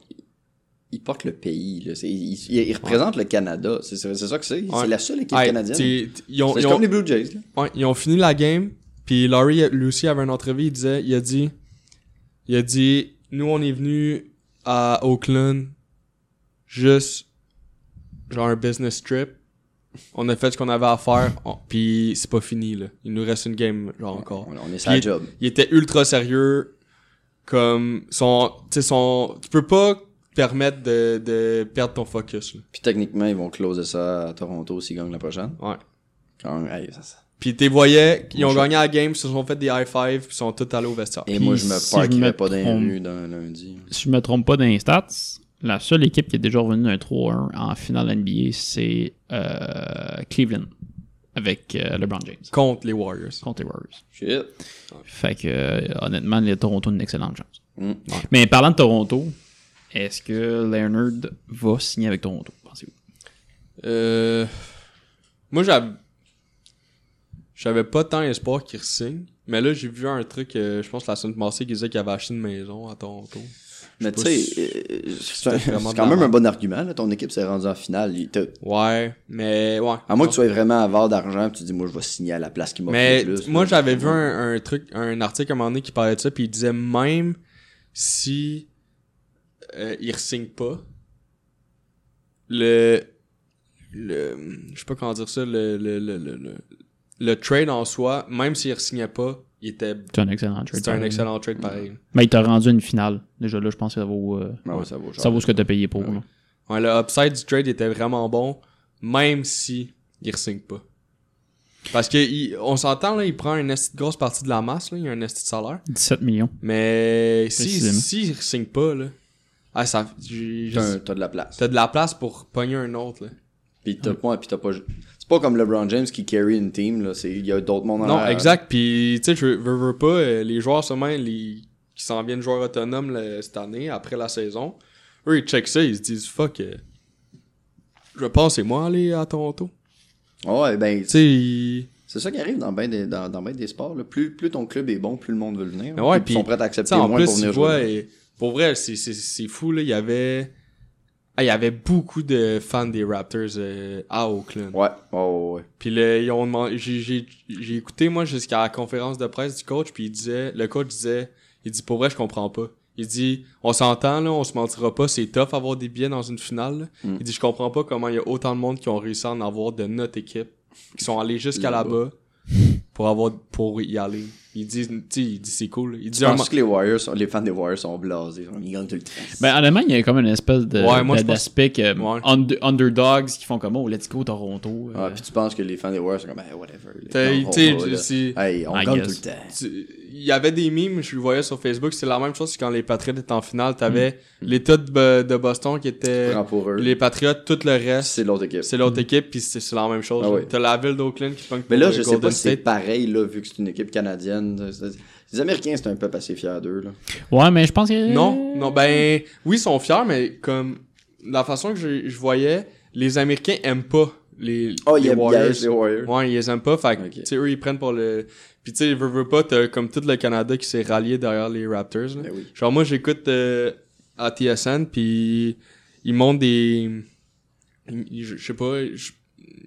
Il porte le pays. Là. C'est- Il, il- il représente le Canada. C'est, c'est- c'est ça que c'est.
Ouais.
C'est la seule équipe
Hey,
canadienne. C'est,
t'sais, t- ils ont- ils
comme
ont-
les Blue Jays. là.
Ouais, ils ont fini la game, puis Laurie, lui aussi, avait une entrevue, il disait, il a dit, il a dit, nous, on est venu à Oakland, juste, genre, un business trip, on a fait ce qu'on avait à faire, on- puis c'est pas fini, là. Il nous reste une game, genre, encore.
On, on est sur la
Puis-
job.
Il était ultra sérieux, comme, son, tu sais, son, tu peux pas te permettre de, de perdre ton focus, là.
Puis techniquement, ils vont closer ça à Toronto s'ils gagnent la prochaine.
Ouais.
Quand même, hey, ça- ça-
Puis t'es voyais, ils ont
Moi, je-
gagné la game, ils se sont fait des high five, puis ils sont tous allés au vestiaire.
Et
Puis
moi, je
si
me
je me
parquerais pas dans les
trompe-
rues d'un lundi.
Si je me trompe pas dans les stats, la seule équipe qui est déjà revenue d'un 3-1 en finale NBA, c'est euh, Cleveland avec euh, LeBron James
Contre les Warriors.
contre les Warriors.
Shit.
Fait que, euh, honnêtement, les Toronto ont une excellente chance.
Mm.
Mais parlant de Toronto, est-ce que Leonard va signer avec Toronto, pensez-vous?
Euh, moi, j'avais, j'avais pas tant espoir qu'ils signent. Mais là, j'ai vu un truc, euh, je pense, la semaine passée, qui disait qu'il avait acheté une maison à Toronto.
Mais
pas
tu sais,
si-
euh, c'est un-
si c'est vraiment
c'est quand
de la
même un
merde.
bon argument. là. Ton équipe s'est rendue en finale. Il t'a-
Ouais, mais ouais.
À moins que tu sois vraiment avare d'argent, puis tu dis, moi, je vais signer à la place qui m'a
Mais
payé le plus.
moi,
là.
j'avais vu un, un truc, un article à un moment donné qui parlait de ça, puis il disait même si euh, il re-signe pas, le, le, je sais pas comment dire ça, le, le, le, le, le, le trade en soi, même s'il re-signait pas, il était,
C'est un excellent trade.
c'était un
pareil.
excellent trade pareil.
Mais il t'a rendu une finale. Déjà là, je pense que ça vaut, euh,
Ah ouais, ça vaut,
ça vaut ce que t'as payé pour. là.
Ah Ouais, le upside du trade était vraiment bon, même si il re-signe pas. Parce que il- on s'entend là, il prend une esti de grosse partie de la masse là, il y a un esti de salaire.
17 millions.
Mais si,
Précisément.
si il signe pas, là. Ah, ça. j'ai- j'ai-
T'as un- t'as de la place.
T'as de la place pour pogner un autre, là.
Puis t'as pas, puis t'as pas. C'est pas comme LeBron James qui carry une team, là. c'est- Il y a d'autres mondes en
non,
arrière.
exact. Puis, tu sais, je veux- veux, veux pas, euh, les joueurs seulement les... qui s'en viennent joueurs autonomes là, cette année, après la saison, eux, ils checkent ça, ils se disent fuck. euh, je pense c'est moi aller à Toronto.
Ouais, ben,
Tu sais, ils-
c'est ça qui arrive dans bien des, dans, dans ben des sports. là. Plus, plus ton club est bon, plus le monde veut venir.
Mais ouais,
Ils
puis,
sont prêts à
Tu
accepter
sais, en
moins
plus,
pour
tu
venir jouer.
vois, et pour vrai, c'est- c'est c'est fou, là. Il y avait. Ah, il y avait beaucoup de fans des Raptors euh, à Oakland.
Ouais, oh, ouais.
Puis là, ils ont demandé, j'ai, j'ai, j'ai écouté moi jusqu'à la conférence de presse du coach, puis il disait, le coach disait, il dit pour vrai je comprends pas. Il dit, on s'entend là, on se mentira pas, c'est tough avoir des billets dans une finale. là.
Mm.
Il dit je comprends pas comment il y a autant de monde qui ont réussi à en avoir de notre équipe, qui sont allés jusqu'à
Là-bas.
là-bas pour avoir pour y aller. Il dit, tu sais, il dit c'est cool. Il dit
Je
un
pense
mo-
que les Warriors, sont- les fans des Warriors sont blasés. Ils gagnent tout le temps.
Ben, en Allemagne, il y a comme une espèce de,
Ouais, moi,
de-
je pense-
d'aspect que,
Ouais. Ah,
under- underdogs qui font comme oh, let's go Toronto. euh,
Ouais, puis tu penses que les fans des Warriors sont comme, hey, whatever. les
T'as-
gens vont
t'sais,
pas, là.
c'est-
Hey, on
I
gagne
guess.
tout le temps.
Tu- il y avait des mimes, je le voyais sur Facebook, c'est la même chose que quand les Patriots étaient en finale, t'avais l'État de, Bo- de Boston qui était
Prends pour eux.
les Patriotes, tout le reste.
C'est l'autre équipe.
C'est l'autre équipe, puis c'est c'est la même chose.
Hmm. Ah
là.
oui.
T'as la ville d'Oakland qui punk
Mais là, je sais pas si c'est pareil, là, vu que c'est une équipe canadienne. C'est- Les Américains, c'est un peuple assez fier d'eux, là.
Ouais, mais je pense que. Ah,
Non, non, ben, oui, ils sont fiers, mais comme la façon que je, je voyais, les Américains aiment pas les,
Oh,
les
il y a
Warriors.
les Warriors.
Ouais, ils les aiment pas, fait que,
Ok.
tu sais, eux, ils prennent pour le. Puis, tu sais, veux, veux pas, t'as comme tout le Canada qui s'est rallié derrière les Raptors. là.
Ben oui.
Genre, moi, j'écoute euh, à TSN, puis ils montent des. ils- ils- Je je sais pas. Je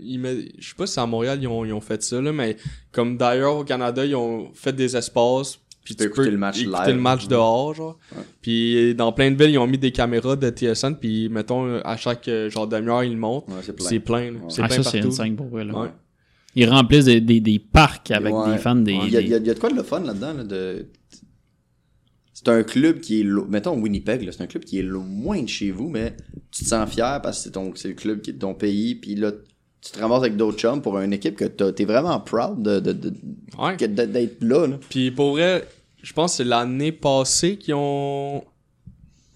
ils met- je sais pas si à Montréal ils ont, ils ont fait ça, là, mais comme d'ailleurs au Canada, ils ont fait des espaces. Puis
peux écouter le match
écouter
live.
le match dehors, genre. Puis dans plein de villes, ils ont mis des caméras de TSN, puis mettons, à chaque euh, genre demi-heure, ils le montent.
Ouais, c'est
Puis C'est
plein.
plein, là.
Ouais.
c'est
Ah,
plein
ça, c'est
partout.
une 5 pour eux. Là.
Ouais.
Ils remplissent des, des, des parcs avec
Ouais.
des fans des.
Il y, a, il y a-
des-
il y a de quoi de le fun là-dedans, là, de... C'est un club qui est, lo- mettons Winnipeg, là, c'est un club qui est loin de chez vous, mais tu te sens fier parce que c'est ton, c'est le club qui est de ton pays, puis là, tu te ramasses avec d'autres chums pour une équipe que t'as- t'es vraiment proud de, de- de-
Ouais.
que d'- d'être là, là.
Puis pour vrai, je pense que c'est l'année passée qu'ils ont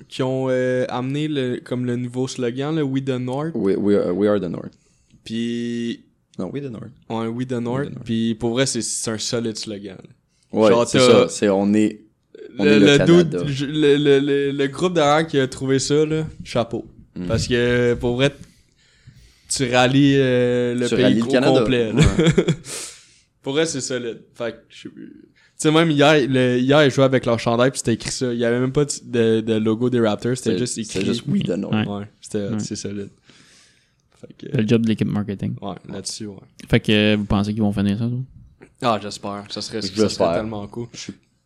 qui ont euh, amené le comme le nouveau slogan le We the North.
We, are the North.
Puis
Non, we the North.
ouais, We the North. Puis pour vrai, c'est- c'est un solide slogan. là.
Ouais,
Genre,
c'est
t'as-
ça, c'est on est... On
Le,
est
le,
le
dude-
Canada.
je- le, le- le- le groupe derrière qui a trouvé ça là, chapeau.
Mm.
Parce que pour vrai, tu rallies euh, le
Tu
pays
rallies le
au
Canada.
complet. là. pour vrai, c'est solide. Fait que je- tu sais même hier le- hier ils jouaient avec leur chandail puis c'était écrit ça, il y avait même pas de, de- de logo des Raptors, c'était
C'est
juste écrit
c'est juste we the North.
Ouais.
Ouais, c'était
Ouais.
c'est solide. Fait que,
C'est le job de l'équipe marketing.
ouais, là-dessus, ouais.
Fait que euh, vous pensez qu'ils vont finir ça, toi?
Ah, j'espère. Ça serait, ça
J'espère.
serait tellement cool.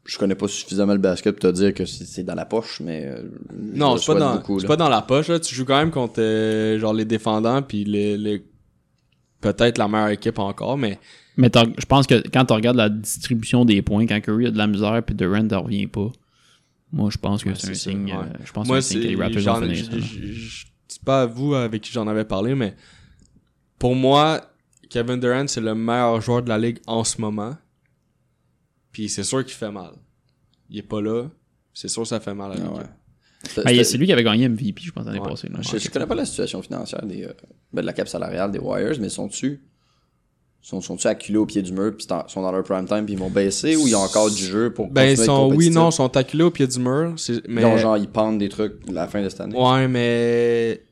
je connais pas suffisamment le basket pour te dire que c'est c'est dans la poche, mais. euh, je
Non,
le
c'est pas,
souhaite
dans,
beaucoup,
c'est
là.
pas dans la poche. Là. Tu joues quand même contre euh, genre les défendants puis les, les, peut-être la meilleure équipe encore, mais
Mais t'en- je pense que quand tu regardes la distribution des points, quand Curry a de la misère puis Durant ne revient pas, moi je pense que c'est un
c'est
signe.
ça, ouais.
euh, je pense
moi,
que c'est un signe
c'est.
que les Raptors
j'en-
vont finir
je-
ça, là.
je- je- je dis pas à vous euh, avec qui j'en avais parlé, mais pour moi, Kevin Durant, c'est le meilleur joueur de la ligue en ce moment. Puis c'est sûr qu'il fait mal. Il est pas là. C'est sûr que ça fait mal à
Ah
l'équipe.
ouais.
Ah,
C'était-
c'est lui qui avait gagné MVP, je pense, l'année
Ouais.
passée. là.
Je, je connais pas la situation financière des, euh, ben, de la cap salariale des Warriors, mais sont-tu sont, sont acculés au pied du mur, puis sont- sont dans leur prime time, puis ils vont baisser, ou ils ont encore du jeu pour
Ben, ils
continuer à être
sont, oui,
compétitifs?
non, ils sont acculés au pied du mur. c'est- Mais,
Ils ont genre, ils pendent des trucs à la fin de cette année.
ouais, mais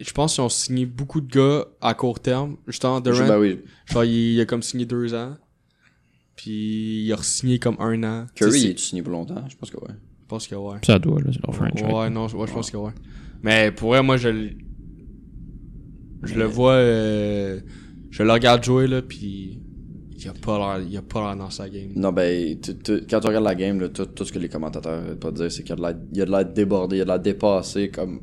je pense qu'ils ont signé beaucoup de gars à court terme. Justement,
Je-
Durant,
ben oui,
genre, il, il a comme signé deux ans. Puis il a re-signé comme un an. Tu
Curry,
sais,
il
c'est-
est signé pour longtemps, je pense que ouais.
Je pense que ouais.
C'est à toi, là, c'est leur franchise.
Ouais, non, je- ouais, je pense que ouais. Mais pour vrai, moi, je le- Je le vois... euh, Je le regarde jouer, là, puis... Il a pas l'air- il a pas l'air dans sa game.
Non, ben, tu- tu- quand tu regardes la game, là, tout, tout ce que les commentateurs euh, peuvent pas dire, c'est qu'il y a de l'air- il y a de l'air débordé, il y a de l'air dépassé, comme.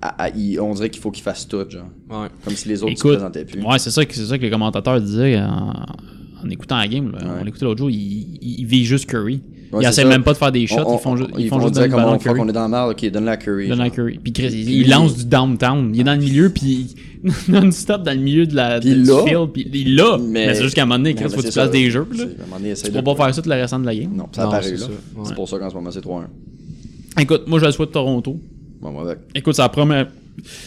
à- à- il- on dirait qu'il faut qu'il fasse tout, genre.
Ouais.
Comme si les autres se
Écoute,
présentaient plus.
Ouais, c'est ça, que- c'est ça que les commentateurs disaient en, en écoutant la game. là.
Ouais.
On l'écoutait l'autre jour, ils il, vivent juste Curry.
Ouais,
ils
c'est
essaient
ça.
même pas de faire des shots,
On-
ils font, ju-
on-
ils font
vont
juste
dire
donner le ballon
comment
à
on fait
Curry.
qu'on est dans la merde, ok, donne la Curry.
Donne
genre.
à Curry. Puis Chris, il,
Puis
il
lui-
lance du downtown. Il est dans le milieu, puis il- non-stop dans le milieu de la
Puis
de-
là-
du field. Puis il l'a. Mais,
Mais-
c'est juste qu'à un moment donné,
Non,
Chris,
mais
faut que
c'est
tu places
ça.
des jeux.
C'est-
Là.
à un moment donné, essaye
Tu
de-
pourras pas faire ça tout le restant de la game.
Non, ça
Non,
apparaît
c'est
là.
ça, ouais.
C'est pour ça qu'en ce moment, c'est 3-1.
Écoute, moi je le souhaite Toronto.
Bon, moi, avec.
Écoute, ça promet.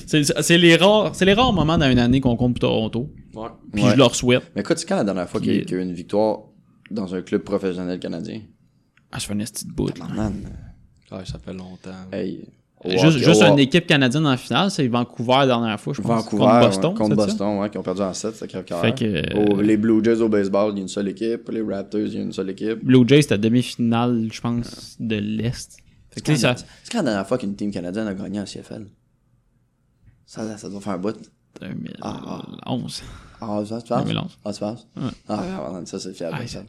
C'est c'est les rares, c'est les rares moments dans une année qu'on compte pour Toronto.
Ouais.
Puis
Ouais.
je leur souhaite.
Mais écoute, c'est quand la dernière fois qu'il y a- qu'il y a eu une victoire dans un club professionnel canadien
Ah, je fais une petite bout. là.
Man,
Ouais, ça fait longtemps.
hey.
Juste,
Milwaukee,
juste
oh,
une équipe canadienne en finale, c'est Vancouver la dernière fois, je pense.
Vancouver
contre Boston.
ouais, contre
c'est ça?
Boston, ouais, qui ont perdu en 7, ça crève
Fait que- euh,
Les Blue Jays au baseball, il y a une seule équipe. Les Raptors, il y a une seule équipe.
Blue Jays, c'était demi-finale, je pense, de l'Est. Fait que tu sais, ça,
C'est quand la dernière fois qu'une team canadienne a gagné en CFL Ça, ça doit faire un bout.
2011.
Ah, ça se passe
2011.
Ah, ça se passe
Ouais.
Ah, ouais, ça, c'est fiable.
Ah,
ça.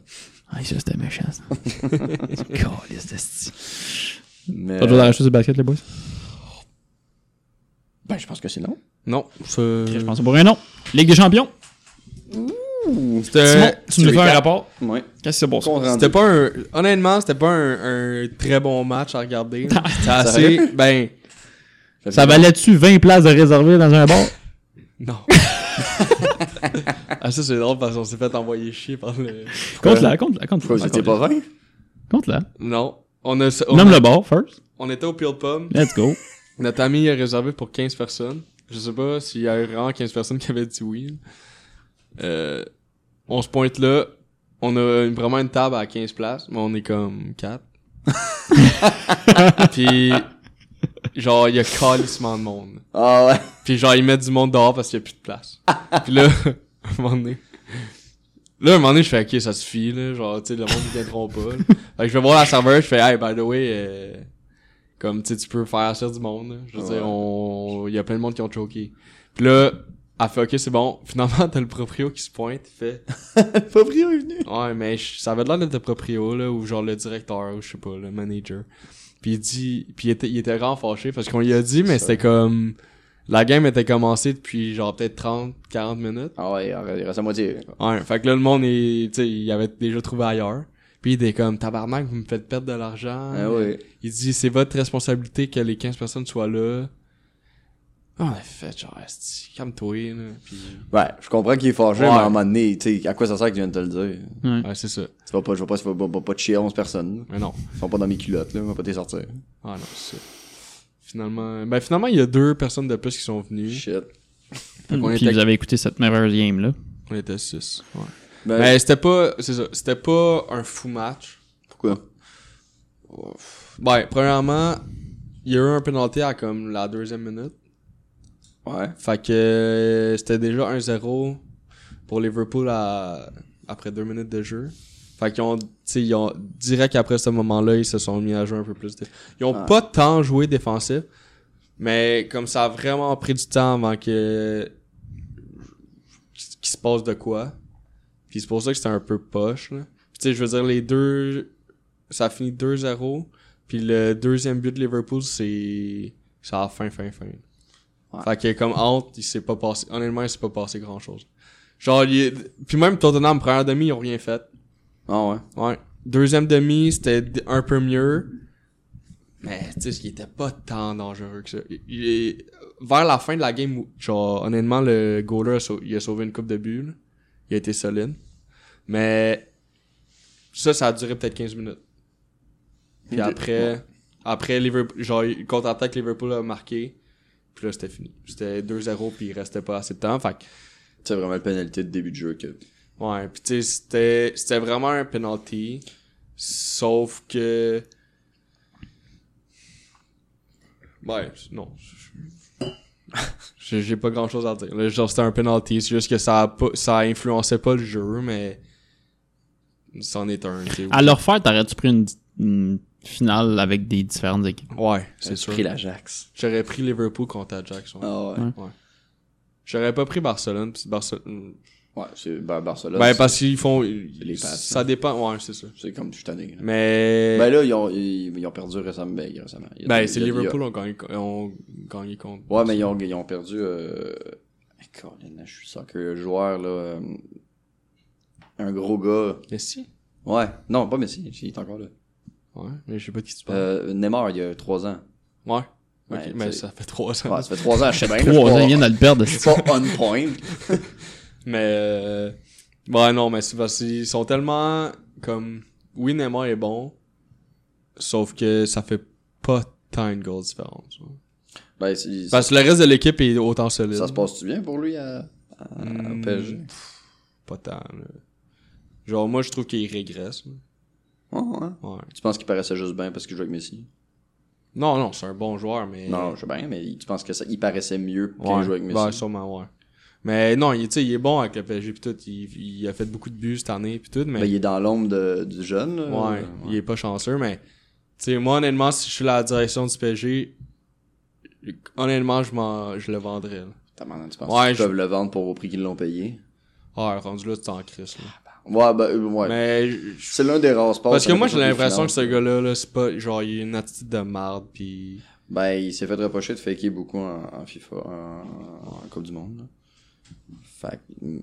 Ah, ça, c'était méchant, ça. Caliste, esti.
Mais,
Pas de la chose du basket, les boys?
ben, je pense que c'est non.
Non, c'est...
Je pense que c'est pour un nom. Ligue des champions.
C'était-
Simon, Euh, tu nous fais un
Recap.
rapport.
Ouais.
Qu'est-ce que c'est pour ça?
Qu'on rentre-
C'était pas un. Honnêtement, c'était pas un, un très bon match à regarder. C'était assez. Ben.
Ça valait-tu 20 places de réservées dans un bar?
Non. ah, ça, c'est drôle parce qu'on s'est fait envoyer chier par le.
Compte-la, compte-la,
Pourquoi
compte-la.
vous étiez pas vain?
Compte-la.
Non. On, a, on,
Nomme le bar, first.
on était au Peel Pub.
Let's go.
Notre ami a réservé pour 15 personnes. Je sais pas s'il y a eu vraiment 15 personnes qui avaient dit oui. Euh, on se pointe là. On a une- vraiment une table à 15 places, mais on est comme 4. Puis, genre, il y a calissement de monde.
Ah ouais.
Puis genre, ils mettent du monde dehors parce qu'il y a plus de place. Puis là, à un moment donné... Là, à un moment donné, je fais « Ok, ça suffit, là. Genre, tu sais, le monde, ils viendront pas. là. » Fait que je vais voir la serveur, je fais « Hey, by the way, euh, comme, tu sais, tu peux faire assurer du monde, là. Je veux
Ouais.
dire, on... Il y a plein de monde qui ont choqué. » Puis là, elle fait « Ok, c'est bon. » Finalement, t'as le proprio qui se pointe, il fait
Fabrio est venu.
« Ouais, mais je- ça avait l'air d'être le proprio, là, ou genre le directeur, ou je sais pas, le manager. » Puis il dit... Puis il était, il était vraiment fâché parce qu'on lui a dit, mais c'était comme... La game était commencée depuis genre peut-être 30, 40 minutes.
Ah ouais, il reste à moitié.
Ouais, fait que là, le monde, il, tu sais, il avait déjà trouvé ailleurs. Puis il était comme, tabarnak, vous me faites perdre de l'argent.
Ah ouais.
Il dit, c'est votre responsabilité que les 15 personnes soient là. On a fait genre, Esti, calme-toi, là. Puis,
Ouais, Ben, je comprends qu'il est fâché,
Ouais.
mais à un moment donné, tu sais, à quoi ça sert que tu viens de te le dire?
Hmm.
ouais, c'est ça.
Tu vas pas, je vais pas, je vais pas, pas, pas te chier 11 personnes. là.
Mais non.
Ils sont pas dans mes culottes, là. On va pas t'y sortir.
Ah non, c'est ça. Finalement, ben finalement, il y a deux personnes de plus qui sont venues.
Shit.
Fait qu'on
Puis
était,
vous avez écouté cette merveilleuse game-là.
on était six. Ouais.
Ben,
Mais c'était pas, c'est ça, c'était pas un fou match.
pourquoi?
Ouais, premièrement, il y a eu un penalty à comme la deuxième minute.
Ouais.
Fait que euh, c'était déjà 1-0 pour Liverpool à- après deux minutes de jeu. Fait qu'ils ont, tu sais, ils ont, direct après ce moment-là, ils se sont mis à jouer un peu plus. dé- Ils ont
Ah.
pas tant joué défensif, mais comme ça a vraiment pris du temps avant que qu'il se passe de quoi. Puis c'est pour ça que c'était un peu poche. là. Puis tu sais, je veux dire, les deux, ça finit 2-0. Puis le deuxième but de Liverpool, c'est, c'est à la fin, fin, fin. Fait que comme honte, il s'est pas passé. Honnêtement, il s'est pas passé grand chose. Genre, il est- puis même Tottenham, première demi, ils ont rien fait.
Ah ouais.
Ouais. Deuxième demi, c'était d- un peu mieux. Mais tu sais, il était pas tant dangereux que ça. Il- il est- Vers la fin de la game, où- genre, honnêtement, le goaler, a sau- il a sauvé une coupe de but. là. Il a été solide. Mais ça, ça a duré peut-être 15 minutes. Puis après, après Liverpool, genre, il- contre-attaque, Liverpool a marqué. Puis là, c'était fini. C'était 2-0, puis il restait pas assez de temps. Fait que
C'est vraiment la pénalité de début de jeu que.
Ouais, pis tu sais, c'était, c'était vraiment un penalty. Sauf que. Ouais, c- non. J'ai j'ai pas grand chose à dire. là. genre, c'était un penalty. C'est juste que ça, a pas- ça influençait pas le jeu, mais. C'en est un, tu sais.
Ah.
À leur faire, t'aurais-tu pris une, une finale avec des différentes équipes?
Ouais, c'est sûr.
pris l'Ajax.
J'aurais pris Liverpool contre Ajax. Ouais.
Ah ouais.
Ouais. J'aurais pas pris Barcelone. pis Barcelone...
Ouais, c'est ben, Barcelone.
Ben,
c'est-
parce qu'ils font.
les passes, hein.
ça dépend. Ouais, c'est sûr.
C'est comme je suis tanné. là.
Mais.
Ben là, ils ont, ils, ils ont perdu récemment. Ben, récemment. Il y a-
Ben,
il
c'est
y a- il y a-
Liverpool ont gagné, ont gagné contre.
Ouais, mais ils ont, ils ont perdu. Euh... Colin, je suis sûr que le joueur, là. euh, Un gros gars.
Mais si.
Ouais, non, pas Messi, il est encore là.
Ouais, mais je sais pas qui tu parles.
Euh, Neymar, il y a 3 ans.
ouais. Ok,
ouais,
mais
t'sais.
ça fait trois ans.
ben, Ouais, ça fait 3 ans, je sais bien. là,
Trois ans,
je
ils
suis
viennent de le perdre.
pas- je suis pas on point.
Mais. Euh, ouais, non, mais c'est parce qu'ils sont tellement. Comme. Oui, Neymar est bon. Sauf que ça fait pas tant une grosse différence. ouais.
Ben, c'est-
Parce que le reste de l'équipe est autant solide.
ça se passe-tu bien pour lui à, à, à
Hmm.
PSG?
Pas tant, là. Genre, moi, je trouve qu'il régresse. là.
Ouais, ouais.
Ouais.
Tu penses qu'il paraissait juste bien parce qu'il jouait avec Messi?
Non, non, c'est un bon joueur, mais.
Non, je sais bien, mais tu penses que ça, il paraissait mieux qu'il
Ouais,
jouait avec Messi?
ben, sûrement, ouais. Mais non, il, tu sais, il est bon avec le PSG pis tout. Il, il a fait beaucoup de buts cette année pis tout, mais.
Ben, il est dans l'ombre de- du jeune. là.
ouais, il est pas chanceux, mais. Tu sais, moi, honnêtement, si je suis la direction du PSG, honnêtement, je m'en, je le vendrais, là.
T'as maintenant, tu penses
Ouais,
qu'ils
je-
peuvent le vendre pour au prix qu'ils l'ont payé?
Ah, rendu là, tu t'en crisses, là.
Ouais, ben, euh, ouais.
Mais. je-
C'est l'un des rares sports.
Parce que
ça
moi,
fait
j'ai
pas de
l'impression que
finance.
ce gars-là, là, c'est pas. Genre, il a une attitude de marde pis.
Ben, il s'est fait reprocher de faker beaucoup en, en FIFA, en, en Coupe du Monde. là. Fait que, mm,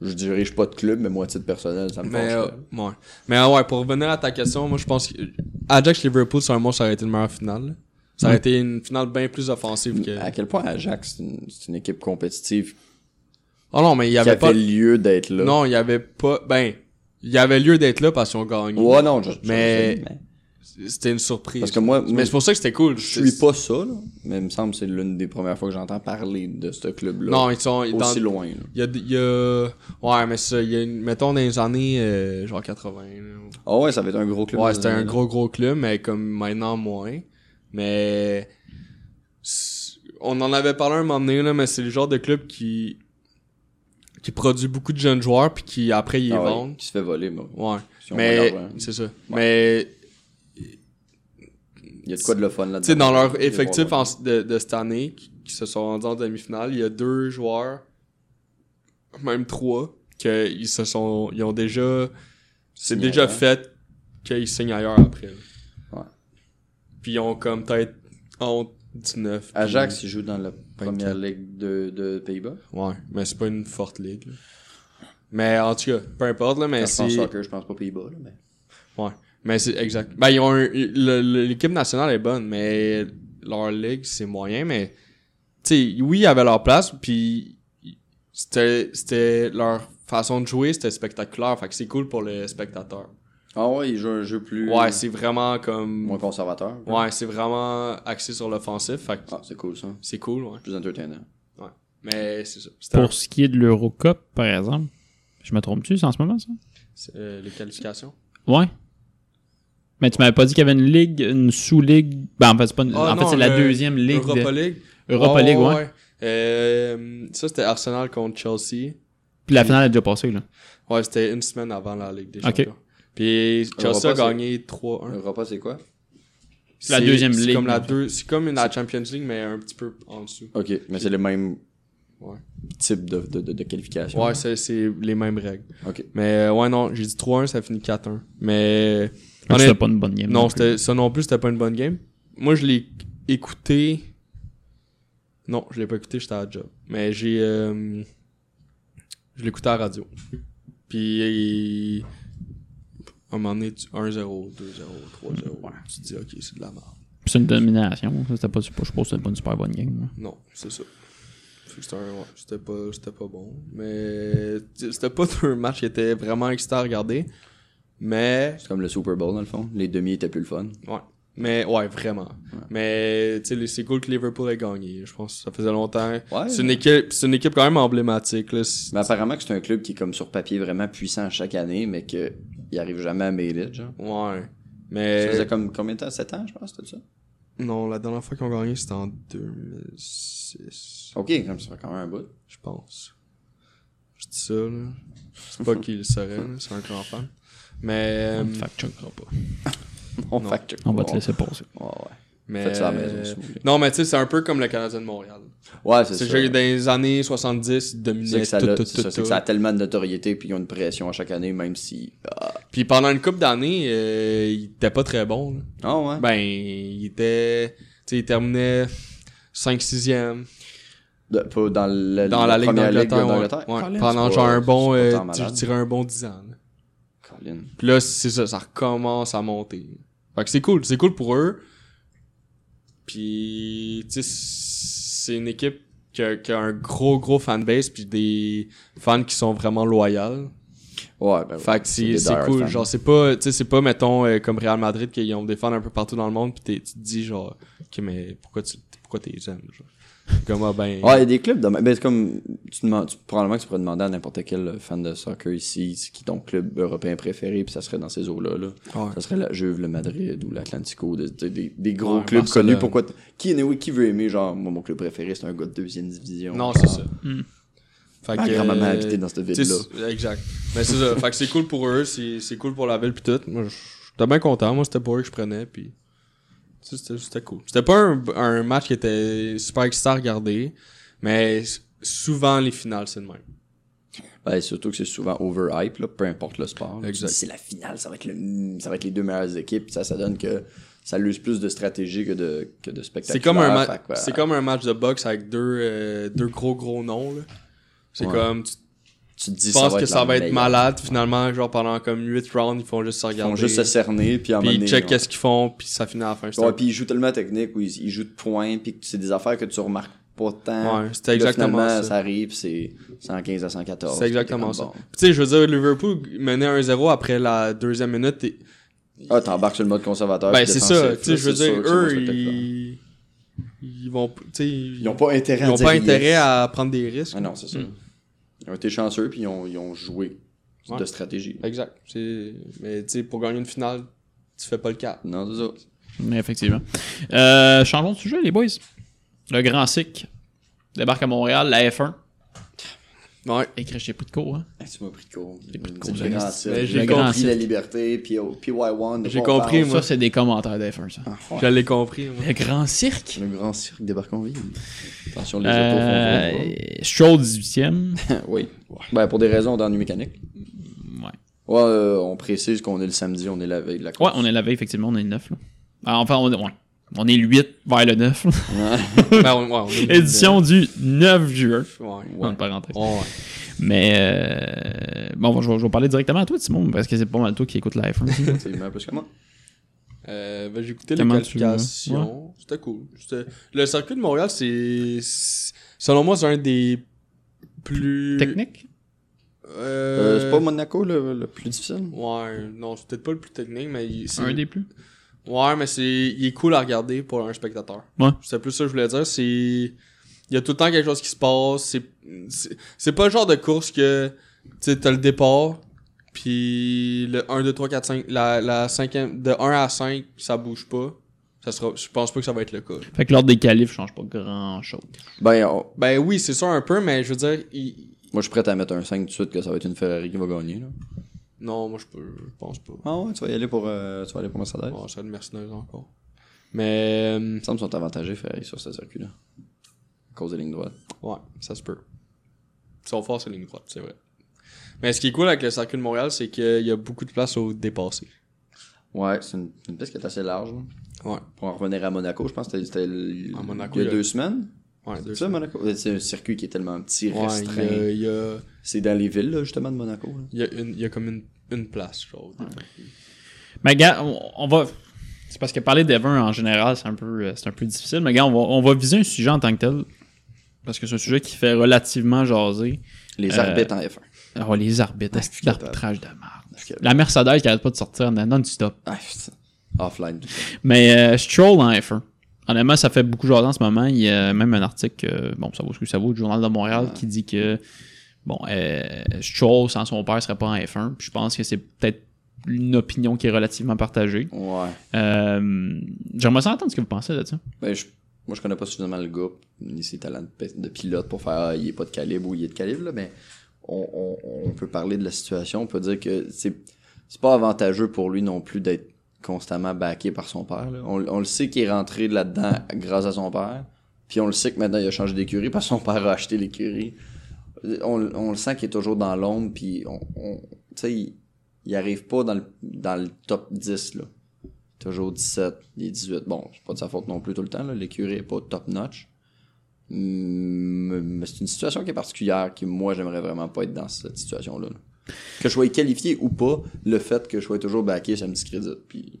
je dirige pas de club, mais moi, à titre personnel, ça me
Mais,
fâche.
euh,
là.
ouais. Mais euh, ouais, pour revenir à ta question, moi je pense que Ajax Liverpool sur un mot, ça aurait été une meilleure finale. là. Ça aurait été une finale bien plus offensive que.
Mm. À quel point Ajax, c'est une, c'est une équipe compétitive
Oh non, mais il y
qui
avait
avait
pas.
lieu d'être là?
Non, il y avait pas. Ben, il y avait lieu d'être là parce qu'ils ont gagné.
Ouais, non, je, je-
Mais-
je-
C'était une surprise.
Parce que moi-
mais c'est pour ça que c'était cool.
je suis pas ça, là. Mais il me semble que c'est l'une des premières fois que j'entends parler de ce club-là.
Non, ils sont
aussi
dans-
loin, là.
Il y a, il y a- ouais, mais ça, il y a une- mettons dans les années euh, genre 80. là,
Ah ouais, ça va être un gros club.
Ouais, c'était un gros gros club, mais comme maintenant moins. Mais c'est- on en avait parlé un moment donné, là, mais c'est le genre de club qui qui produit beaucoup de jeunes joueurs puis qui après ils les
Ah ouais,
vendent.
Qui se fait voler, moi.
Ouais.
Si on
mais
regarde, hein. ouais.
c'est ça. Mais
Il y a de quoi de le fun là-dedans.
tu sais dans leur
Les
effectif
voir,
en- de, de cette année qui, qui se sont rendus en demi-finale, il y a deux joueurs même trois que ils se sont ils ont déjà c'est
Signé
déjà
ailleurs.
fait qu'ils signent ailleurs après. là.
ouais.
Puis ils ont comme peut-être honte 19. puis-
Ajax, il joue dans la première ligue de, de Pays-Bas.
Ouais, mais c'est pas une forte ligue. là. Mais en tout cas, peu importe, là, mais
Je pense
c'est.
soccer, je pense pas Pays-Bas, là, mais.
Ouais. Mais c'est exact. Ben, ils ont un- le- le- L'équipe nationale est bonne, mais leur ligue, c'est moyen, mais. Tu sais, oui, ils avaient leur place, puis. C'était. C'était leur façon de jouer, c'était spectaculaire. Fait que c'est cool pour le spectateur.
Ah ouais, il joue un jeu plus.
Ouais, c'est vraiment comme.
Moins conservateur.
Ouais, c'est vraiment axé sur l'offensif. Fait que
Ah, c'est cool ça.
c'est cool, ouais.
Plus entertainant.
ouais. Mais c'est ça. C'était un-
Pour ce qui est de l'Eurocup, par exemple, je me trompe-tu, c'est en ce moment, ça?
c'est, euh, les qualifications.
Ouais. Mais tu m'avais pas dit qu'il y avait une ligue, une sous-ligue. Ben, en fait, c'est pas une-
Ah,
en
non,
fait, c'est la
le-
deuxième ligue. de-
Europa League. Ah,
Europa League, ouais.
Euh, ça, c'était Arsenal contre Chelsea.
Puis la finale a déjà passé, là.
Ouais, c'était une semaine avant la Ligue des
Ok.
Champions. Puis Chelsea
Europa,
a gagné 3-1.
Europa, c'est quoi
C'est
La deuxième
c'est
ligue,
Comme la
donc.
deux- c'est comme une- la Champions League, mais un petit peu en dessous.
Ok, mais c'est le même
Ouais,
type de, de, de, de qualification.
ouais c'est, c'est les mêmes règles.
Ok.
Mais euh, ouais, non, j'ai dit 3-1, ça finit 4-1. Mais.
Donc,
honnêtement-
C'était pas une bonne game.
Non,
plus.
c'était- ça non plus, c'était pas une bonne game. Moi, je l'ai écouté Non, je l'ai pas écouté, j'étais à la job. Mais j'ai. euh, je l'écoutais à la radio. Puis. il- À un moment donné, tu- 1-0, 2-0, 3-0. Tu te dis, ok, c'est de la merde.
Puis c'est une domination. ça, C'était pas, je pense que c'était pas une super bonne game. là.
Non, c'est ça. Fait que C'était un- ouais, c'était pas, c'était pas bon. Mais. tu- C'était pas un match qui était vraiment excitant à regarder. Mais.
C'est comme le Super Bowl, dans le fond. Les demi étaient plus le fun.
Ouais. Mais ouais, vraiment. Mais tu sais, les- c'est cool que Liverpool ait gagné. Je pense que ça faisait longtemps.
Ouais.
C'est une équipe, c'est une équipe quand même emblématique. Là. C'est-
Mais apparemment que c'est un club qui est comme sur papier vraiment puissant chaque année, mais qu'il arrive jamais à mêler, genre.
Ouais.
Ça faisait
Mais
comme combien de temps 7 ans, je pense, tout ça
non, la dernière fois qu'ils ont gagné, c'était en 2006,
Ok, comme ça fait quand même un bout.
je pense. Je dis ça là. C'est pas qu'il le saurait, là, c'est un grand fan. Mais euh,
On te fact-checkera pas.
On facture.
On va te laisser pour ça.
Ouais, ouais.
mais
Faites ça à la maison, s'il vous plaît.
Non, mais tu sais, c'est un peu comme le Canadien de Montréal.
Ouais, c'est
C'est
ça.
que dans les années 70, ils
C'est
dominaient
que ça,
tout,
l'a-
tout,
c'est ça,
tout,
c'est que
tout.
ça a tellement de notoriété puis ils ont une pression à chaque année, même si. Ah
Puis pendant une couple d'années, euh, ils étaient pas très bons. là.
Ah ouais.
Ben, il était. Tu sais, il terminait 5-6e
De- pas dans, le-
dans la Ligue
première
d'Angleterre. ouais.
d'Angleterre.
Ouais.
Colin,
Pendant
c'est
genre
pas-
un bon.
c'est pas
euh,
tant
tu
malade.
dirais un bon 10 ans. là.
Colin.
Puis là, c'est ça, ça recommence à monter. Fait que c'est cool, c'est cool pour eux. Puis, tu sais, c'est une équipe qui a, qui a un gros, gros fanbase, puis des fans qui sont vraiment loyaux.
Ouais, ben, ouais.
Fait que c'est
des
c'est
diehard
cool.
fans.
Genre, c'est pas, tu sais, c'est pas, mettons, euh, comme Real Madrid, qu'ils ont des fans un peu partout dans le monde, pis t'es- tu te dis, genre, ok, mais pourquoi tu pourquoi t'es jeune, genre. Comme, ah, ben.
Ouais, il y a des clubs de Ben, c'est comme. Tu demandes, tu- probablement que tu pourrais demander à n'importe quel fan de soccer ici c'est qui est ton club européen préféré, puis ça serait dans ces eaux-là. Là.
Ouais.
Ça serait la Juve, le Madrid ou l'Atlantico, de- de- des, des gros
Ouais,
clubs
Barcelone.
connus. Pourquoi t- qui, anyway, qui veut aimer, genre, moi, mon club préféré, c'est un gars de deuxième division.
Non,
genre.
c'est ça.
Hmm.
Fait
Ma
que,
grand-maman
euh,
habitait dans cette
tu sais,
ville-là.
c'est- Exact. Mais c'est ça. Fait que c'est cool pour eux, c'est c'est cool pour la ville, pis tout. Moi, j- j'étais bien content. Moi, c'était pour eux que je prenais, pis. tu sais, C'était c'était cool. C'était pas un, un match qui était super excitant à regarder, mais s- souvent les finales, c'est le même.
Ben, surtout que c'est souvent overhype, là, peu importe le sport. là.
Exact.
Tu dis, C'est la finale, ça va, être le, ça va être les deux meilleures équipes, puis ça, ça donne que ça l'use plus de stratégie que de, que de spectacle.
C'est comme, un ma- c'est
euh,
comme un match de boxe avec deux, euh, deux gros gros noms. là. C'est
Ouais.
comme, tu
Tu te dis,
penses que
la
ça va être
meilleure.
malade. Finalement, genre pendant comme 8 rounds, ils font juste se
Ils font
regarder.
juste se cerner, puis en
puis ils
mener,
checkent
ouais.
qu'est-ce qu'ils font, puis ça finit à la fin. C'était-
Ouais, puis ils jouent tellement technique, où ils, ils jouent de points, puis que c'est des affaires que tu remarques pas tant.
Ouais, c'était
Puis là,
exactement
finalement,
ça.
ça arrive, c'est 115 à 114.
c'est exactement
T'es
ça.
comme,
Puis Tu sais, je veux dire, Liverpool menait 1-0 après la deuxième minute. et-
bon. Ah, t'embarques sur le mode conservateur.
Ben,
puis
c'est
défensif,
ça.
là,
Tu sais, je veux
c'est
dire,
sûr que c'est moins
eux,
spectaculaire.
ils... ils vont. tu sais,
Ils ont pas
ils
intérêt à
ont
dire
pas
yes.
intérêt à Hmm. prendre des risques.
Ah non, c'est ça. Ils ont été chanceux, puis ils ont, ils ont joué
Ouais.
de stratégie.
Exact. C'est- Mais tu sais, pour gagner une finale, tu fais pas le cap.
Non, c'est ça.
Mais effectivement. Euh, changeons de sujet, les boys. Le grand SIC débarque à Montréal, la F1.
Ouais.
Écrit, j'ai pris de cours. Hein.
Ah, tu m'as pris de cours. J'ai
pris de cours, j'ai-
J'ai,
Mais
j'ai
j'ai
compris
compris.
la liberté, puis au PY1. de
Ben, J'ai
quoi on
compris,
parle.
moi.
Ça, c'est des commentaires d'F1, ça.
Ouais.
Je l'ai compris. moi.
Le grand cirque.
Le grand cirque débarque en ville. Attention, les
Euh,
autos font
Stroll 18e.
pas. Oui. Ben, pour des raisons d'ennui mécanique.
Ouais.
Ouais, euh, on précise qu'on est le samedi, on est la veille de la course.
Ouais, on est la veille, effectivement, on est le 9. Là. Ah, Enfin, on est, ouais. on est le 8 vers le 9. là.
Ben, ouais, on est-
Édition du 9 juin.
Ouais.
Entre parenthèses.
Ouais.
Mais euh, bon, je vais, je vais parler directement à toi, Timon, parce que c'est pas mal toi qui hein. écoute la F1.
C'est même plus que moi.
Euh, ben, j'ai écouté les
Comment tu
qualifications. C'était cool. C'était- Le circuit de Montréal, c'est. c'est- Selon moi, c'est un des plus.
Technique
Euh,
Euh, c'est pas Monaco le, le plus difficile?
Ouais, non, c'est peut-être pas le plus technique, mais. il- c'est-
Un des plus
Ouais, mais c'est. Il est cool à regarder pour un spectateur.
Ouais.
C'est plus ça que je voulais dire. C'est. Il y a tout le temps quelque chose qui se passe. C'est. c'est- C'est pas le genre de course que. Tu sais, t'as le départ. Puis le 1, 2, 3, 4, 5. La, la cinquième. De 1 à 5, ça bouge pas. Ça sera, je pense pas que ça va être le cas.
Fait que l'ordre des qualifs change pas grand chose.
Ben, on-
Ben oui, c'est sûr un peu, mais je veux dire, il-
moi, je suis prêt à mettre un 5 tout de suite que ça va être une Ferrari qui va gagner. Là.
non, moi je, peux- je pense pas.
Ah ouais, tu vas y aller pour, euh, tu vas aller pour Mercedes?
Bon, ça va être mercenaire encore. Mais euh,
Il me semble qu'ils sont avantagés, Ferrari, sur ce circuit-là. À cause des lignes droites.
ouais, ça se peut. Ils sont forts sur les lignes droites, c'est vrai. Mais ce qui est cool avec le circuit de Montréal, c'est qu'il y a beaucoup de place au dépassé.
Ouais, c'est une, une piste qui est assez large. là.
Ouais.
Pour en revenir à Monaco, je pense que c'était- c'était l-
À Monaco,
il y
il y
a
a-
deux semaines.
Ouais,
C'est
deux
ça,
semaines.
Monaco? Euh, C'est un circuit qui est tellement petit,
Ouais, il y
restreint.
a- il y a,
C'est dans les villes, là, justement, de Monaco. là.
il y a une- il y a comme une, une place, genre. au début.
Mais gars, on, on va. C'est parce que parler d'Evin en général, c'est un peu, euh, c'est un peu difficile. Mais gars, on va, on va viser un sujet en tant que tel. Parce que c'est un sujet qui fait relativement jaser.
Les
Euh,
arbitres en F1.
Oh, les arbitres,
je
est-ce
suis
que l'arbitrage de merde?
Je suis capable.
La Mercedes qui arrête pas de sortir non-stop.
Ah, putain. Offline. tout ça.
Mais euh, Stroll en F1. Honnêtement, ça fait beaucoup jaser en ce moment. Il y a même un article, euh, bon, ça vaut ce que ça vaut, du Journal de Montréal, qui dit que, bon, euh, Stroll sans son père serait pas en F1. Puis je pense que c'est peut-être une opinion qui est relativement partagée.
Ouais.
Euh, J'aimerais ça entendre ce que vous pensez de ça.
Ben, je- moi, je connais pas suffisamment le gars, ni ses talents de, pe- de pilote pour faire ah, il est pas de calibre ou il est de calibre, là, mais on, on- on peut parler de la situation. On peut dire que c'est c'est pas avantageux pour lui non plus d'être constamment backé par son père. là. On, on le sait qu'il est rentré là-dedans grâce à son père, puis on le sait que maintenant il a changé d'écurie parce que son père a acheté l'écurie. On, on le sent qu'il est toujours dans l'ombre, puis on, on- tu sais, il, il arrive pas dans le, dans le top 10. Là toujours 17, les 18. Bon, c'est pas de sa faute non plus tout le temps. là. L'écurie est pas top notch. Mm, Mais c'est une situation qui est particulière, qui moi j'aimerais vraiment pas être dans cette situation-là. là. Que je sois qualifié ou pas, le fait que je sois toujours backé, ça me discrédite. Puis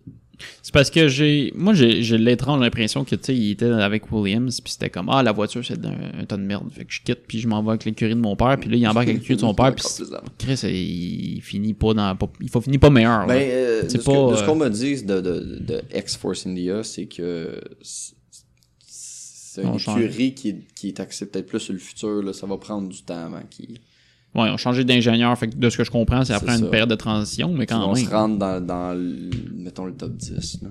C'est parce que j'ai. Moi, j'ai j'ai l'étrange impression que, tu sais, il était avec Williams, puis c'était comme, ah, la voiture, c'est un, un tas de merde. Fait que je quitte, puis je m'en vais avec l'écurie de mon père, puis là, il embarque avec l'écurie de son père, puis
Encore plus d'avant.
Chris, il finit pas dans. pas- il faut finir pas meilleur. là.
Ben, euh, de,
C'est
ce que-
pas,
de ce
euh,
qu'on me dit de, de, de X-Force India, c'est que c'est- c'est une
On change.
écurie qui, est- qui est axée peut-être plus sur le futur. Là, ça va prendre du temps avant qu'ils
Ouais, ils ont changé d'ingénieur. Fait que de ce que je comprends, c'est
C'est
après
ça.
une période de transition, mais
on
quand même.
se rentre dans, dans le- mettons, le top 10. Là.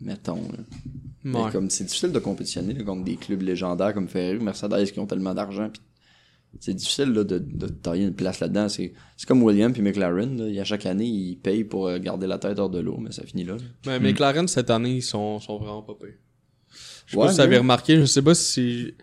Mettons. Là. Mais
Ouais.
comme c'est difficile de compétitionner là, contre des clubs légendaires comme Ferrari ou Mercedes qui ont tellement d'argent. puis C'est difficile là, de, de tailler une place là-dedans. C'est c'est comme William puis McLaren. là. Il- à chaque année, ils payent pour euh, garder la tête hors de l'eau, mais ça finit là.
Mais
là.
McLaren, cette année, ils sont, sont vraiment pas pires. Je sais
Ouais,
pas si vous avez
mais-
remarqué, je sais pas si c'est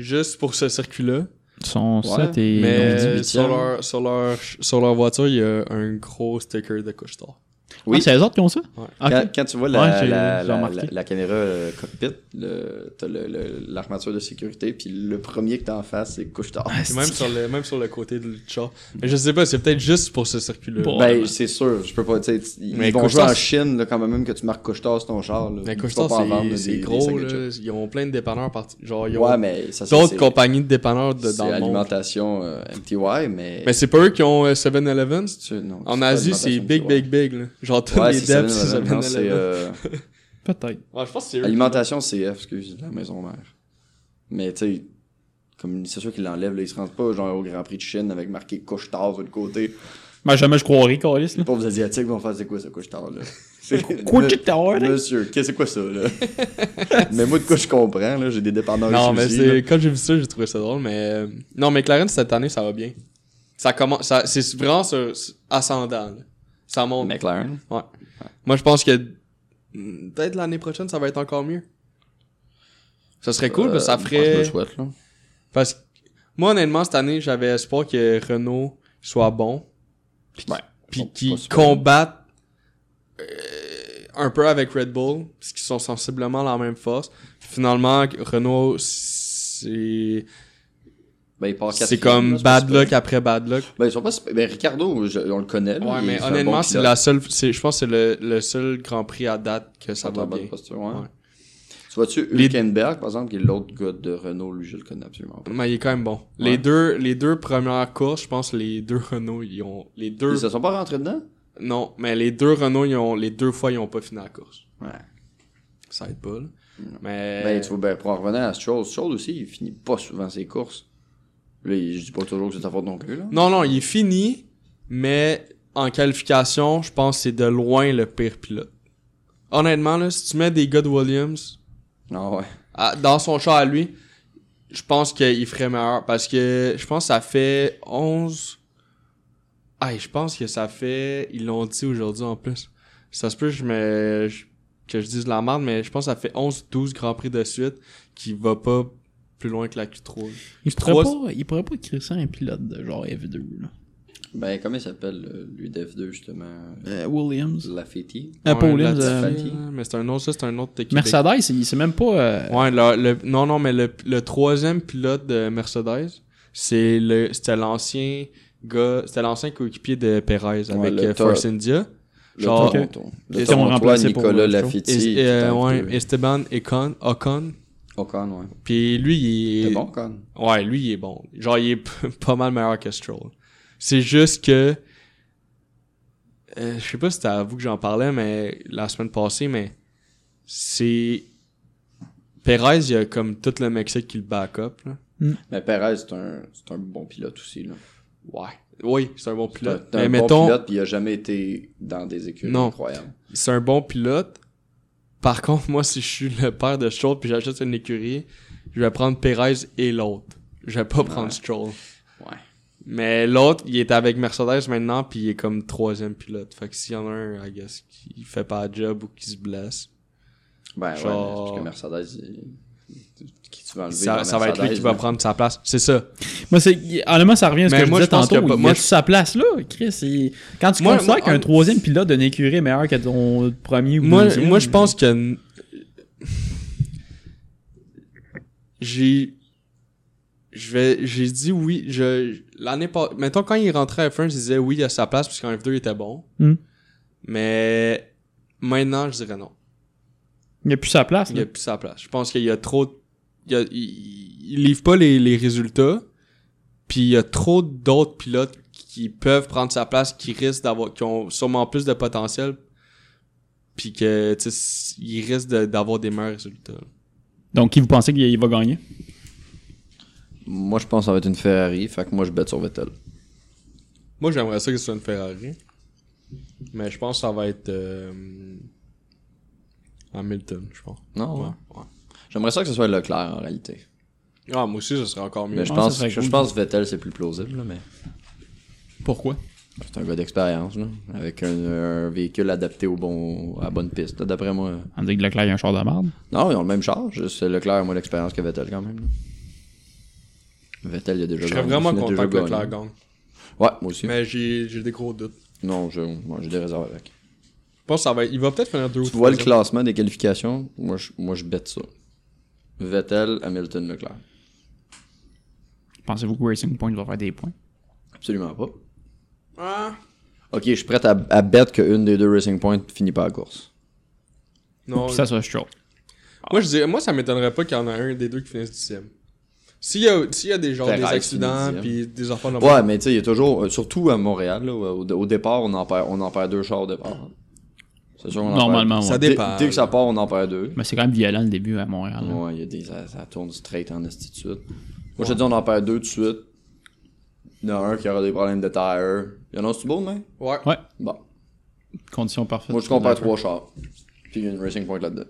juste pour ce circuit-là,
Ils sont
Ouais,
7 et
mais euh,
11.
huitième.
sur leur, sur, leur, sur leur voiture, il y a un gros sticker de couche tard.
Oui.
Ah, c'est les autres qui ont ça?
Ouais.
Ah, ok.
Quand, quand tu vois la,
Ouais, j'ai-
la-
j'ai
la-
remarqué.
la- la caméra euh, cockpit, le- t'as le- le- l'armature de sécurité, puis le premier que t'as en face, c'est couche tard.
Ah,
Puis même sur le, même sur le côté de char. Mais je sais pas, c'est peut-être juste pour ce circuit-là.
Bon.
Ben, c'est sûr, je peux pas, tu sais, ils
Mais
vont jouer
Couche-Tard,
en
c'est-
Chine, là, quand même, que tu marques Couche-Tard sur ton char, là.
Mais
Tu
couche
vas pas en vendre, là,
c'est c'est
des- des
gros,
sacs de chips.
là. Ils ont plein de dépanneurs partis. Genre, ils ont
Ouais, mais ça, ça,
d'autres
c'est-
compagnies de dépanneurs de,
C'est
dans le monde.
alimentation euh, MTY, mais...
Mais c'est pas eux qui ont euh, 7-Eleven.
Tu- non,
En
pas
Asie, c'est
alimentation
big,
MTY.
big, big. Là. Genre, tous
Ouais,
les
c'est
devs, c'est
7-Eleven. Non, c'est
7-Eleven.
euh,
Peut-être.
Ouais, je pense que c'est eux.
alimentation CF, excuse, la maison mère. Mais tu sais, comme c'est sûr qu'ils l'enlèvent, là, ils se rendent pas genre au Grand Prix de Chine avec marqué couche-tard sur le côté.
Ben, jamais je croirais, Carlis.
Les pauvres asiatiques vont faire c'est quoi ce couche-tard là C'est
Couche-tard, là?
Monsieur, qu'est-ce que c'est quoi ça là Mais moi de quoi je comprends là, j'ai des dépendants
Non, mais
ici, là.
c'est quand j'ai vu ça, j'ai trouvé ça drôle. Mais euh, non, McLaren cette année, ça va bien. Ça commence, ça- c'est vraiment sur- sur- ascendant. là. Ça monte.
McLaren.
Ouais. Moi, je pense que mm, peut-être l'année prochaine, ça va être encore mieux. Ça serait cool, parce que ça
Euh, moi, je
ferait.
le souhaite, là.
Parce que moi, honnêtement, cette année, j'avais espoir que Renault soit bon,
Ouais.
puis
Pas
qu'ils
super.
combattent euh, un peu avec Red Bull, parce qu'ils sont sensiblement la même force. Finalement, Renault, c'est
Ben, il part
c'est
quatrième, là,
comme
c'est pas
bad
super.
luck après bad luck.
Ben, ils sont pas super- ben, Ricardo, je- on le connaît. là,
Ouais,
il-
mais
un
honnêtement,
bon
c'est
pilote.
la seule, c'est, je pense que c'est le, le seul Grand Prix à date que ça
Ça
va
va
bien.
bonne posture, ouais.
Ouais.
Tu vois-tu
Les-
Hülkenberg, par exemple, qui est l'autre gars de Renault, lui, je le connais absolument pas.
Mais il est quand même bon.
Ouais.
Les deux, les deux premières courses, je pense, les deux Renault, ils ont, les deux,
Ils se sont pas rentrés dedans?
non, mais les deux Renault, ils ont, les deux fois, ils ont pas fini la course.
Ouais.
Ça aide pas, là. Mais,
Ben, tu vois, ben, pour en revenir à Stroll, Stroll aussi, il finit pas souvent ses courses. Là, il- je dis pas toujours que c'est ta faute non plus, là.
non, non, il est fini, mais en qualification, je pense que c'est de loin le pire pilote. Honnêtement, là, si tu mets des gars de Williams,
Non, Ah ouais.
à- Ah, dans son char à lui, je pense qu'il ferait meilleur parce que je pense que ça fait 11. Ah, je pense que ça fait. Ils l'ont dit aujourd'hui en plus. Ça se peut que je me... je- que je dise de la merde, mais je pense que ça fait 11-12 Grands Prix de suite qui va pas plus loin que la Q3.
Il
Trois-
pourrait pas, il pourrait pas écrire ça un pilote de genre F2, là.
Ben, comment il s'appelle, euh, lui, d'F2, justement
Euh, Williams.
Lafetti.
Euh, pas
Ouais,
Williams.
la
euh,
Tiffany, Mais c'est un autre, ça, c'est un autre équipe.
Mercedes, il- c'est même pas. euh,
Ouais, le, le- non, non, mais le, le troisième pilote de Mercedes, c'est le, c'était l'ancien gars, c'était l'ancien coéquipier de Perez avec
le
euh, Force
top.
India.
Le
Genre-
Toronto. Le
Ils sont
Torontois,
remplacés pour
Nicolas
Lafetti.
Lafetti.
Et-
qui
euh,
était
ouais,
avec eux.
Esteban Ocon, Ocon.
Ocon, ouais.
Puis lui, il est...
C'est bon, Ocon.
Ouais, lui, il est bon. Genre, il est p- pas mal meilleur que Stroll. C'est juste que... euh, je sais pas si c'était à vous que j'en parlais, mais la semaine passée, mais c'est... Perez, il y a comme tout le Mexique qui le back-up, là.
Mais Perez, c'est un, c'est un bon pilote aussi, là.
Ouais. Oui, c'est un bon
C'est un,
pilote.
c'est
Mais
un
mettons,
bon pilote, puis il a jamais été dans des écuries
Non.
incroyables.
c'est un bon pilote. Par contre, moi, si je suis le père de Stroll puis j'achète une écurie, je vais prendre Perez et l'autre. Je vais pas prendre Stroll.
Ouais.
Mais l'autre, il est avec Mercedes maintenant puis il est comme troisième pilote. Fait que s'il y en a un, I guess, qui fait pas la job ou qui se blesse,
Ben
Genre-
ouais, mais c'est parce que Mercedes, il- qui tu vas enlever
ça,
dans
ça va être lui
Mercedes,
qui va
là?
prendre sa place. C'est ça.
Moi, c'est. il- Honnêtement, ça revient à ce
Mais
que je
moi,
disais
je pense qu'il y a
tantôt.
pas-
Il
moi,
a
je-
sa place, là, Chris. il- Quand tu
Moi-
considères
moi,
qu'un
on-
troisième pilote d'une écurie est meilleur que ton premier ou
moi,
deuxième,
moi je pense que j'ai je vais j'ai dit oui je l'année pas mettons quand il rentrait à F1 je disais oui il a sa place parce qu'en F2 il était bon
Hmm.
mais maintenant je dirais non
Il n'y a plus sa place.
il n'y
là.
a plus sa place je pense qu'il y a trop de- il, y a- il- il livre pas les, les résultats puis il y a trop d'autres pilotes qui peuvent prendre sa place qui risquent d'avoir qui ont sûrement plus de potentiel puis que tu sais, ils risquent de- d'avoir des meilleurs résultats
Donc, qui vous pensez qu'il il va gagner
Moi, je pense que ça va être une Ferrari, fait que moi, je bête sur Vettel.
Moi, j'aimerais ça que ce soit une Ferrari. Mais je pense que ça va être euh, Hamilton, je pense.
Non, ouais.
ouais.
J'aimerais ça que ce soit Leclerc, en réalité.
Ah, moi aussi, ça serait encore mieux.
Mais je
Ouais,
pense,
ça serait
je, je
cool.
pense que Vettel, c'est plus plausible, là, mais
Pourquoi
c'est un gars d'expérience, là, avec un, un véhicule adapté au bon, à la bonne piste, là, d'après moi.
On dit que Leclerc il a un char de merde.
Non, ils ont le même char, juste c'est Leclerc a moins d'expérience que Vettel, quand même. là. Vettel, il a déjà
Je serais
gagné,
vraiment
il a déjà
content que
gagné.
Leclerc gagne.
Ouais, moi aussi.
Mais j'ai j'ai des gros doutes.
Non, je- moi, j'ai des réserves avec.
Je pense que ça va être- Il va peut-être finir deux ou
Tu vois le
troisième.
classement des qualifications, moi je, moi, je bête ça. Vettel, Hamilton, Leclerc.
Pensez-vous que Racing Point va faire des points
Absolument pas.
Ah.
Ok, je suis prêt à, à bet qu'une des deux Racing Point finit pas la course.
Non,
Puis ça, ça, je trouve.
moi, je dirais, moi, ça m'étonnerait pas qu'il y en a un des deux qui finisse dixième. S'il y, a- s'il y a des, genre, des
Ferrari
accidents
finit
puis des enfants dans le
Ouais,
monde,
mais tu sais, il y a toujours, euh, surtout à Montréal, là, au, au départ, on en perd, on en perd deux chars au départ. hein. C'est sûr, on en perd-
Normalement,
Ça
ouais.
Dès-
dépend.
Dès, que ça part, on en perd deux.
Mais c'est quand même violent le début à Montréal. là.
Ouais, il y a des, ça, ça tourne straight en esti de suite. Moi, je te dis, on en perd deux tout de suite. Il y en a un qui aura des problèmes de tire. Il y en a un, c'est beau, mais
Ouais.
Ouais.
bon.
Conditions parfaites.
Moi, je compare trois chars. Puis il y a une Racing Point là-dedans.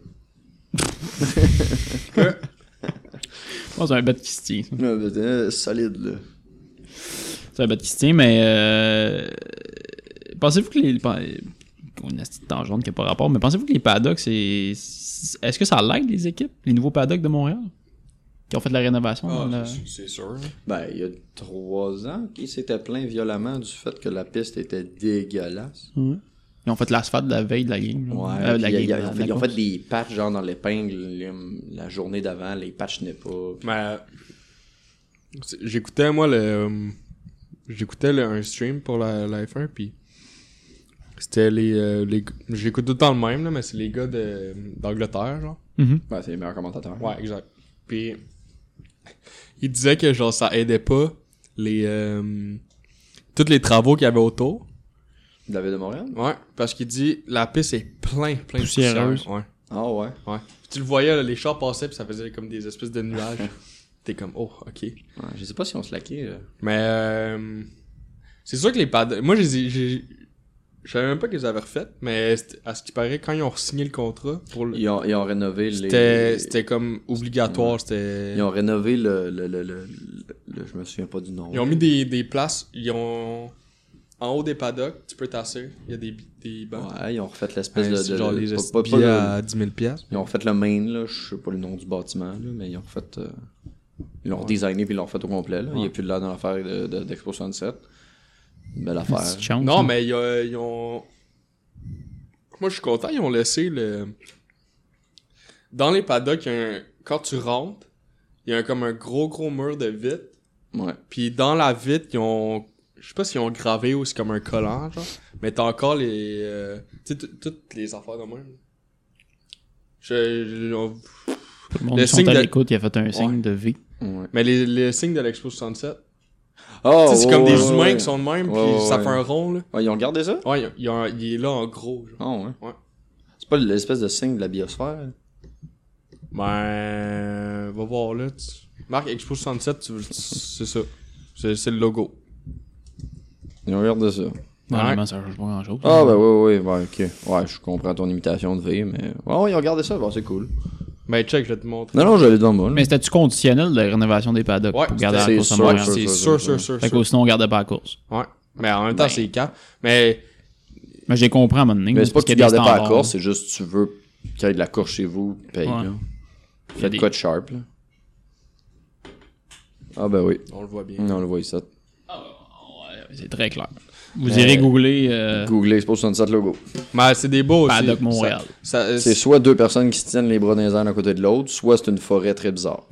Ouais, c'est un bet qui se tient. ça.
Euh, euh, Solide, là.
C'est un bet qui se tient, mais. euh, Pensez-vous que les. pen- On a une petite tangente qui n'a pas rapport, mais pensez-vous que les paddocks, c'est. c'est- Est-ce que ça l'aide les équipes, les nouveaux paddocks de Montréal Qui ont fait de la rénovation euh, dans
Ah,
le-
c'est- C'est sûr.
Ben, il y a trois ans, qui s'était plaint violemment du fait que la piste était dégueulasse.
Ils ont fait l'asphalte de la veille de la game. là.
Ouais,
Ah,
Euh, de
puis
la
il y a-
game,
il y a-
de
hein,
la- de
ils,
la
ont
course.
fait des patchs genre dans l'épingle le- la journée d'avant, les patchs n'est pas.
Mais c'est- j'écoutais moi le euh, j'écoutais le- un stream pour la, la F1 puis c'était les, euh, les g- j'écoute tout le temps le même là mais c'est les gars de d'Angleterre genre.
Mhm.
Ouais, c'est les meilleurs commentateurs.
Ouais, exact. Puis il disait que genre ça aidait pas les euh, tous les travaux qu'il y avait autour.
De la ville de Montréal?
Ouais, parce qu'il dit la piste est plein plein de
Poussiéreuse.
poussière. Ouais.
Ah ouais.
Ouais. Puis tu le voyais là, les chars passaient puis ça faisait comme des espèces de nuages. T'es comme oh, OK.
Ouais, Je sais pas si on se laquait. là.
Mais euh, c'est sûr que les paddocks. Moi, je les ai- j'ai- je savais même pas qu'ils les avaient refaites, mais c'était- à ce qui paraît, quand ils ont signé le contrat, pour le-
Ils ont, ils ont rénové les.
c'était c'était comme obligatoire. C'était
Ils ont rénové le. le, le, le- le- je me souviens pas du nom.
Ils ont mis des, des places. Ils ont en haut des paddocks, tu peux tasser. Il y a des, des bancs.
Ouais, ils ont refait l'espèce
Ouais,
de.
c'est
de-
genre
de-
les
pas-
esti
pas-
de
pas
billets
le-
à 10 000 piastres.
Ils ont refait le main, là. Je sais pas le nom du bâtiment, là, mais ils ont refait. euh, ils l'ont redesigné puis ils l'ont refait au complet, là. Il n'y a plus de l'air dans l'affaire de- de- d'Expo 67. Une belle affaire.
Petite chance,
Non,
hein.
mais il y a- ils ont. Moi, je suis content, ils ont laissé le. Dans les paddocks, il y a un- quand tu rentres, il y a un- comme un gros, gros mur de vitre.
Ouais.
Puis dans la vitre, ils ont. Je sais pas s'ils ont gravé ou c'est comme un collant, genre. Mais t'as encore les. euh, Tu sais, tout- toutes les affaires de même. Je- je- on-
Tout le monde
le
qui sont
signe
à
de-
l'écoute, il a fait un signe de V.
ouais.
Mais les, les signes de l'Expo 67.
Oh,
Tu sais, c'est comme
ouais,
des
ouais,
humains
ouais.
qui sont de même,
Ouais,
puis
ouais,
ça
ouais.
fait un rond, là.
Ouais, ils ont gardé ça?
Ouais, il y a- il y a un- il est là en gros, genre.
Ah ouais.
Ouais.
C'est pas l'espèce de signe de la biosphère.
Ben, va voir là. Tu... Marc Expo 67, tu veux- tu- c'est ça. C'est, c'est le logo.
Ils ont gardé ça.
Normalement, ça change pas grand chose.
Ah, ben ouais, ouais, ouais, ok. Ouais, je comprends ton imitation de V, mais. Ouais, ouais, ils ont gardé ça, bon, c'est cool.
Ben, check, je vais te montrer.
Non, non, j'allais devant moi. là.
Mais c'était-tu conditionnel la rénovation des paddocks
Ouais,
pour garder la
c'était-
course à
c'est
Ouais,
Montréal?
sûr,
c'est
sûr,
sûr,
sûr,
sûr, sûr,
Fait
sûr.
que sinon, on gardait pas la course.
Ouais. Mais en même temps,
Ben.
c'est quand. Mais,
Mais j'ai compris à un moment donné.
Mais c'est pas
parce
que tu
qu'il y a
gardais
des
pas la
standards.
course, c'est juste tu veux qu'il y ait de la course chez vous, paye.
Ouais.
là.
Il y a
Faites
des-
quoi de sharp, là? Ah, ben oui.
on le voit bien.
On le voit ça.
Ouais, C'est très clair. Vous irez googler euh,
Google Expo 67 logo.
Mais c'est des beaux aussi.
Paddock
Ça-
Montréal.
ça- euh,
C'est soit deux personnes qui se tiennent les bras dans les airs d'un côté de l'autre, soit c'est une forêt très bizarre.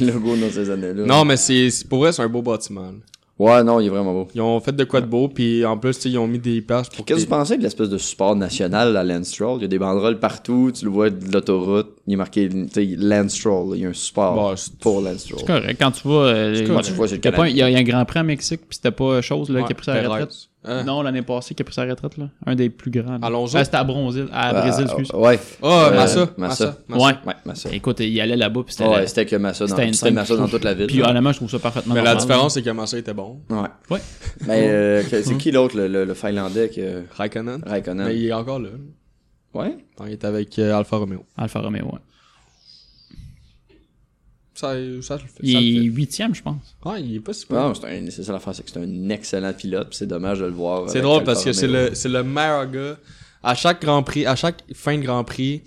le logo dans ces années-là.
Non, mais c'est, c'est- pour vrai, c'est un beau bâtiment. là.
Ouais, non, il est vraiment beau.
Ils ont fait de quoi de beau, puis en plus, tu sais, ils ont mis des places pour
Qu'est-ce que
que-
vous pensez de l'espèce de support national à Landstroll? Il y a des banderoles partout, tu le vois de l'autoroute, il est marqué tu sais, Landstroll, il y a un support
Bah, c'est-
pour Landstroll.
C'est correct. Quand tu vas. euh,
Quand tu vois, c'est le
y a pas un-
Canada.
Il y, a il y a un Grand Prix à Mexique, puis c'était pas euh, chose là, qui a pris sa
Ouais,
retraite.
Perez. Hein?
Non, l'année passée, qui a pris sa retraite. là. Un des plus grands. là.
Alonso?
Ah, c'était à Brésil, à
Ah,
Brésil, excuse.
ouais.
Ah,
Euh,
Massa.
Massa.
Massa. Massa.
Ouais. Ben,
Ouais, Massa.
Écoute, il allait là-bas, puis c'était.
Ouais,
la-
c'était que Massa dans,
c'était une
c'était
scène,
Massa
je
dans
trouve.
toute la ville.
Puis
là.
honnêtement, je trouve ça parfaitement
Mais la
normal.
différence, c'est que Massa était bon.
Ouais.
Ouais.
Mais euh, que- c'est qui l'autre, le, le- le Finlandais que
Raikkonen.
Raikkonen?
Mais il est encore là.
Ouais.
Attends, Il est avec euh, Alfa Romeo.
Alfa Romeo, ouais.
Ça, ça, le fait.
Il
ça le fait.
est huitième, je pense.
Ouais, il est pas si pire.
Non, c'est un- c'est ça l'affaire, c'est que c'est un excellent pilote, puis c'est dommage de le voir.
C'est
avec
drôle
Alfa
parce que c'est
Romeo.
le, c'est le meilleur gars. À chaque Grand Prix, à chaque fin de Grand Prix,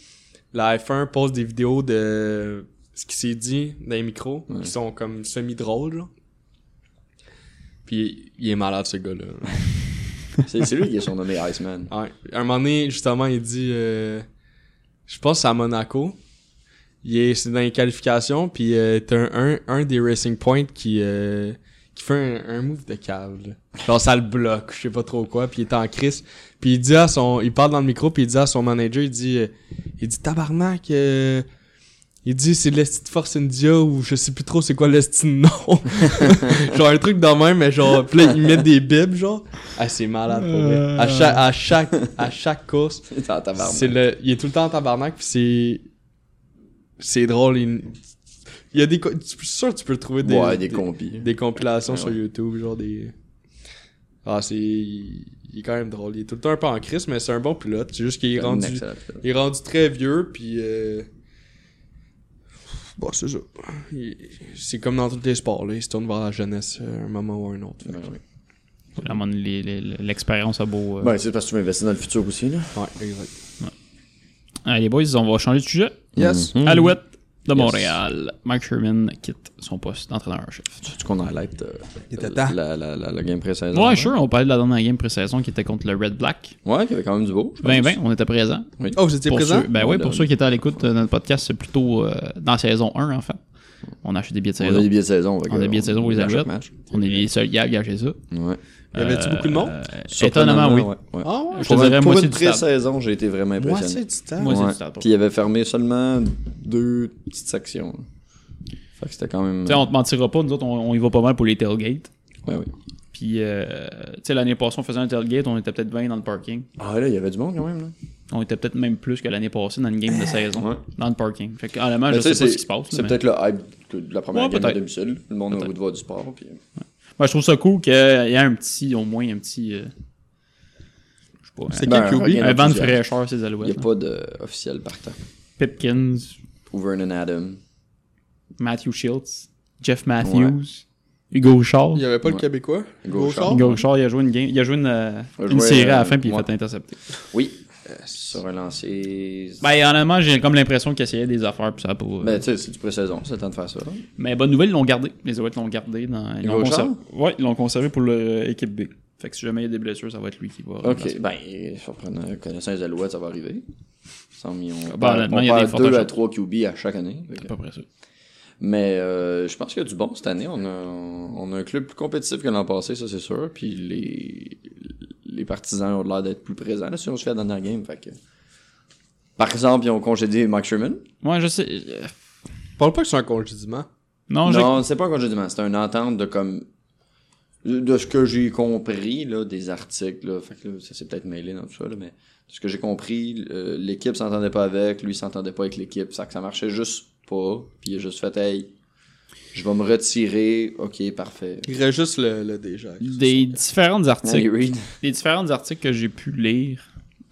la F1 poste des vidéos de ce qui s'est dit dans les micros, qui sont comme semi-drôles, genre. Puis il est malade, ce gars-là.
C'est c'est lui qui est surnommé Iceman.
Ouais. Un moment donné, justement, il dit... euh, je pense que c'est à Monaco. Il est, c'est dans les qualifications, puis euh, t'as un, un, un des Racing Point qui, euh, qui fait un, un move de cave. là. Genre, ça le bloque, je sais pas trop quoi, puis il est en crise. Puis il dit à son... Il parle dans le micro, puis il dit à son manager, il dit... euh, il dit, tabarnak... euh, il dit, c'est l'esti de Force India ou je sais plus trop c'est quoi l'esti de nom. genre un truc dans même, mais genre, pis là, ils mettent des bibs, genre. Ah, c'est malade pour vrai. À chaque, à chaque, à chaque course,
C'est en tabarnak.
c'est le, il est tout le temps en tabarnak, puis c'est. C'est drôle. Il, il y a des. co- tu- Je suis sûr que tu peux trouver des.
Ouais, des compis.
des compilations
Ouais,
sur
ouais.
YouTube, genre des. Ah, c'est. Il, il est quand même drôle. Il est tout le temps un peu en crise, mais c'est un bon pilote. C'est juste qu'il est
Un
rendu.
excellent pilote.
Il est rendu très vieux, puis. euh, Bon, c'est ça. Il- C'est comme dans tous les sports, là. Il se tourne vers la jeunesse euh, un moment ou un autre. Fait que-
Ouais, ouais.
À un moment donné, les- les- L'expérience a beau. euh,
Ben, c'est parce que tu veux investir dans le futur aussi, là.
Ouais, exact.
Mhm. Ah, les boys, on va changer de sujet.
Yes.
Mhm.
Mm.
Alouette de Montréal. Mike Sherman quitte son poste d'entraîneur-chef.
Tu qu'on highlight euh,
Il était temps.
la, la, la, la game pré-saison. hein?
Ouais, sure, on parlait de la dernière game pré-saison qui était contre le Red Black.
Ouais, qu'il y avait quand même du beau. je pense.
20-20, on était présents.
Oh, vous étiez
Pour
présent?
ceux- ben oui,
Ouais,
pour
là.
ceux qui étaient à l'écoute de notre podcast, c'est plutôt euh, dans saison 1, en fait. On a acheté des billets de
On a
saison.
des billets de saison. fait
On a des
que
billets de saison pour les
à chaque
Alouettes.
match.
On est les seuls gars à gager ça.
Ouais.
Y avait-tu beaucoup de monde?
Euh, étonnamment, oui.
Ouais, ouais.
Ah ouais?
Je te
Pour,
dirais
un- pour
moitié
une
du stade.
pré-saison, j'ai été vraiment
Moi,
impressionné.
c'est du temps.
Moitié
Ouais.
du stade.
Puis il avait fermé seulement deux petites sections. là. Fait que c'était quand même.
Tu sais, on te mentira pas, nous autres, on, on y va pas mal pour les tailgates.
Ouais, ouais.
Puis, euh, tu sais, l'année passée, on faisait un tailgate, on était peut-être 20 dans le parking.
Ah là, il y avait du monde quand même. Là.
On était peut-être même plus que l'année passée dans une game de saison,
Ouais.
dans le parking. Fait que, honnêtement,
Mais
je
Ben, tu sais,
sais pas
c'est
ce qui se passe. là,
C'est
mais-
peut-être le hype que de la première
Ouais,
game à
peut-être.
domicile. Le monde a le goût de voir du sport. Puis... euh,
Moi, je trouve ça cool qu'il y ait un petit, au moins, un petit. euh, je sais pas.
C'est
un,
Ben,
qui le QB?
regarde,
un vent de
il y a-
fraîcheur, ces
Il n'y
alouettes.
a pas d'officiel partant.
Pipkins,
Ou Vernon Adam.
Matthew Shields, Jeff Matthews, Hugo Charles.
Il y avait pas le
Ouais.
Québécois?
Gauchard.
Gauchard?
Hugo Charles, il a joué une game. Il a joué une, euh,
Il a
une
joué,
série à la
euh,
fin, puis il a
ouais.
fait intercepter.
Oui. euh, Sur un lancer.
Ben, honnêtement, j'ai comme l'impression qu'ils essayaient des affaires, puis ça a pas. euh,
Ben, tu sais, c'est du pré-saison, c'est le temps de faire ça.
Mais bonne nouvelle, ils l'ont gardé. Les Alouettes l'ont gardé. Dans... Ils
Hugo
l'ont conservé.
Charles?
Ouais, ils l'ont conservé pour l'équipe B. Fait que si jamais il y a des blessures, ça va être lui qui va. remplacer.
Ok, ben, surprenant. Connaissant les Alouettes, ça va arriver. Sans millions. On
Ben,
perd,
honnêtement,
on
il y a des
perd
fortes
deux à
chances.
trois QB à chaque année. Fait
C'est
que-
à peu près ça.
Mais euh, je pense qu'il y a du bon cette année. On a, on a un club plus compétitif que l'an passé, ça c'est sûr. Puis les, les partisans ont l'air d'être plus présents là, si on se fait la dernière game. Fait que... Par exemple, ils ont congédié Mike Sherman.
Moi, je sais. euh,
Parle pas que c'est un congédiement.
Non, j'ai-
non, c'est pas un congédiement, c'est une entente de comme. De ce que j'ai compris, là, des articles, là, fait que là, ça s'est peut-être mêlé dans tout ça, là, mais de ce que j'ai compris, euh, l'équipe s'entendait pas avec, lui s'entendait pas avec l'équipe, ça, que ça marchait juste pas, puis il a juste fait, hey, je vais me retirer, ok, parfait.
Il reste juste le, le déjà.
des différents
Andy
articles.
Reid.
Les différents articles que j'ai pu lire,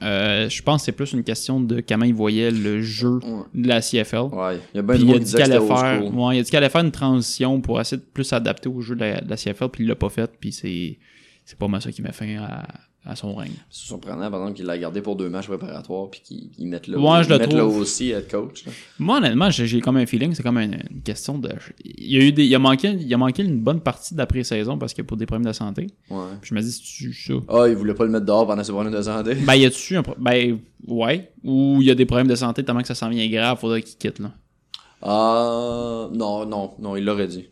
euh, je pense que c'est plus une question de comment ils voyaient le jeu
Ouais.
de la CFL.
Ouais, il y a bien
Puis
du
il a
monde
dit
qui disait que
qu'elle
c'était
allait
old
faire,
school.
ouais, il a dit qu'elle allait faire une transition pour essayer de plus s'adapter au jeu de la, de la CFL, puis il l'a pas fait, puis c'est, c'est pas mal ça qui met fin à, à son règne.
C'est surprenant, par exemple, qu'il l'a gardé pour deux matchs préparatoires, puis qu'il qu'il mette là,
Ouais, je
qu'il
le
mette là
trouve.
aussi, être coach. là.
Moi, honnêtement, j'ai, j'ai comme un feeling, c'est comme une, une question de. Il y a eu des, il a manqué, il a manqué une bonne partie d'après saison parce que pour des problèmes de santé.
Ouais.
Puis je me dis, c'est-tu ça?
Ah, il voulait pas le mettre dehors pendant ses problèmes de santé.
Ben, y a-tu un. pro- Ben, ouais. Ou il y a des problèmes de santé tellement que ça s'en vient grave, faudrait qu'il quitte, là.
Ah, non, non, non, il l'aurait dit.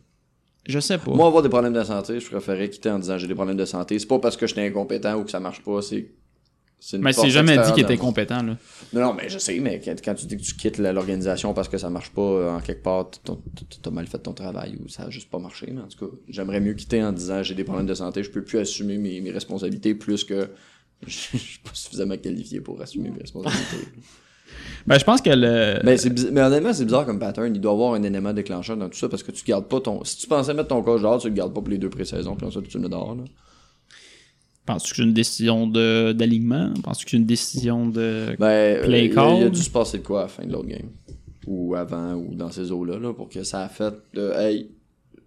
Je sais pas.
Moi, avoir des problèmes de santé, je préférais quitter en disant j'ai des problèmes de santé. C'est pas parce que j'étais incompétent ou que ça marche pas, c'est. c'est une
mais c'est
force
jamais dit
extérieure
qu'il
de
était
moi.
compétent, là.
Non, non, mais je sais, mais quand, quand tu dis que tu quittes la- l'organisation parce que ça marche pas euh, en quelque part, t- ton- t- t'as mal fait ton travail ou ça a juste pas marché. Mais en tout cas, j'aimerais mieux quitter en disant j'ai des problèmes de santé, je peux plus assumer mes, mes responsabilités plus que je suis pas suffisamment qualifié pour assumer mes responsabilités.
Ben, je pense que le.
mais, c'est bizar- mais honnêtement, c'est bizarre comme pattern. Il doit y avoir un élément déclencheur dans tout ça parce que tu gardes pas ton. Si tu pensais mettre ton coach dehors, tu le gardes pas pour les deux pré-saisons, puis ensuite tu le mets dehors. Là.
Penses-tu que c'est une décision de, d'alignement? Penses-tu que c'est une décision de.
Ben,
Play
euh, il, y a- il y a
call.
dû se passer de quoi à la fin de l'autre game. Ou avant, ou dans ces eaux-là, là, pour que ça a fait de, hey,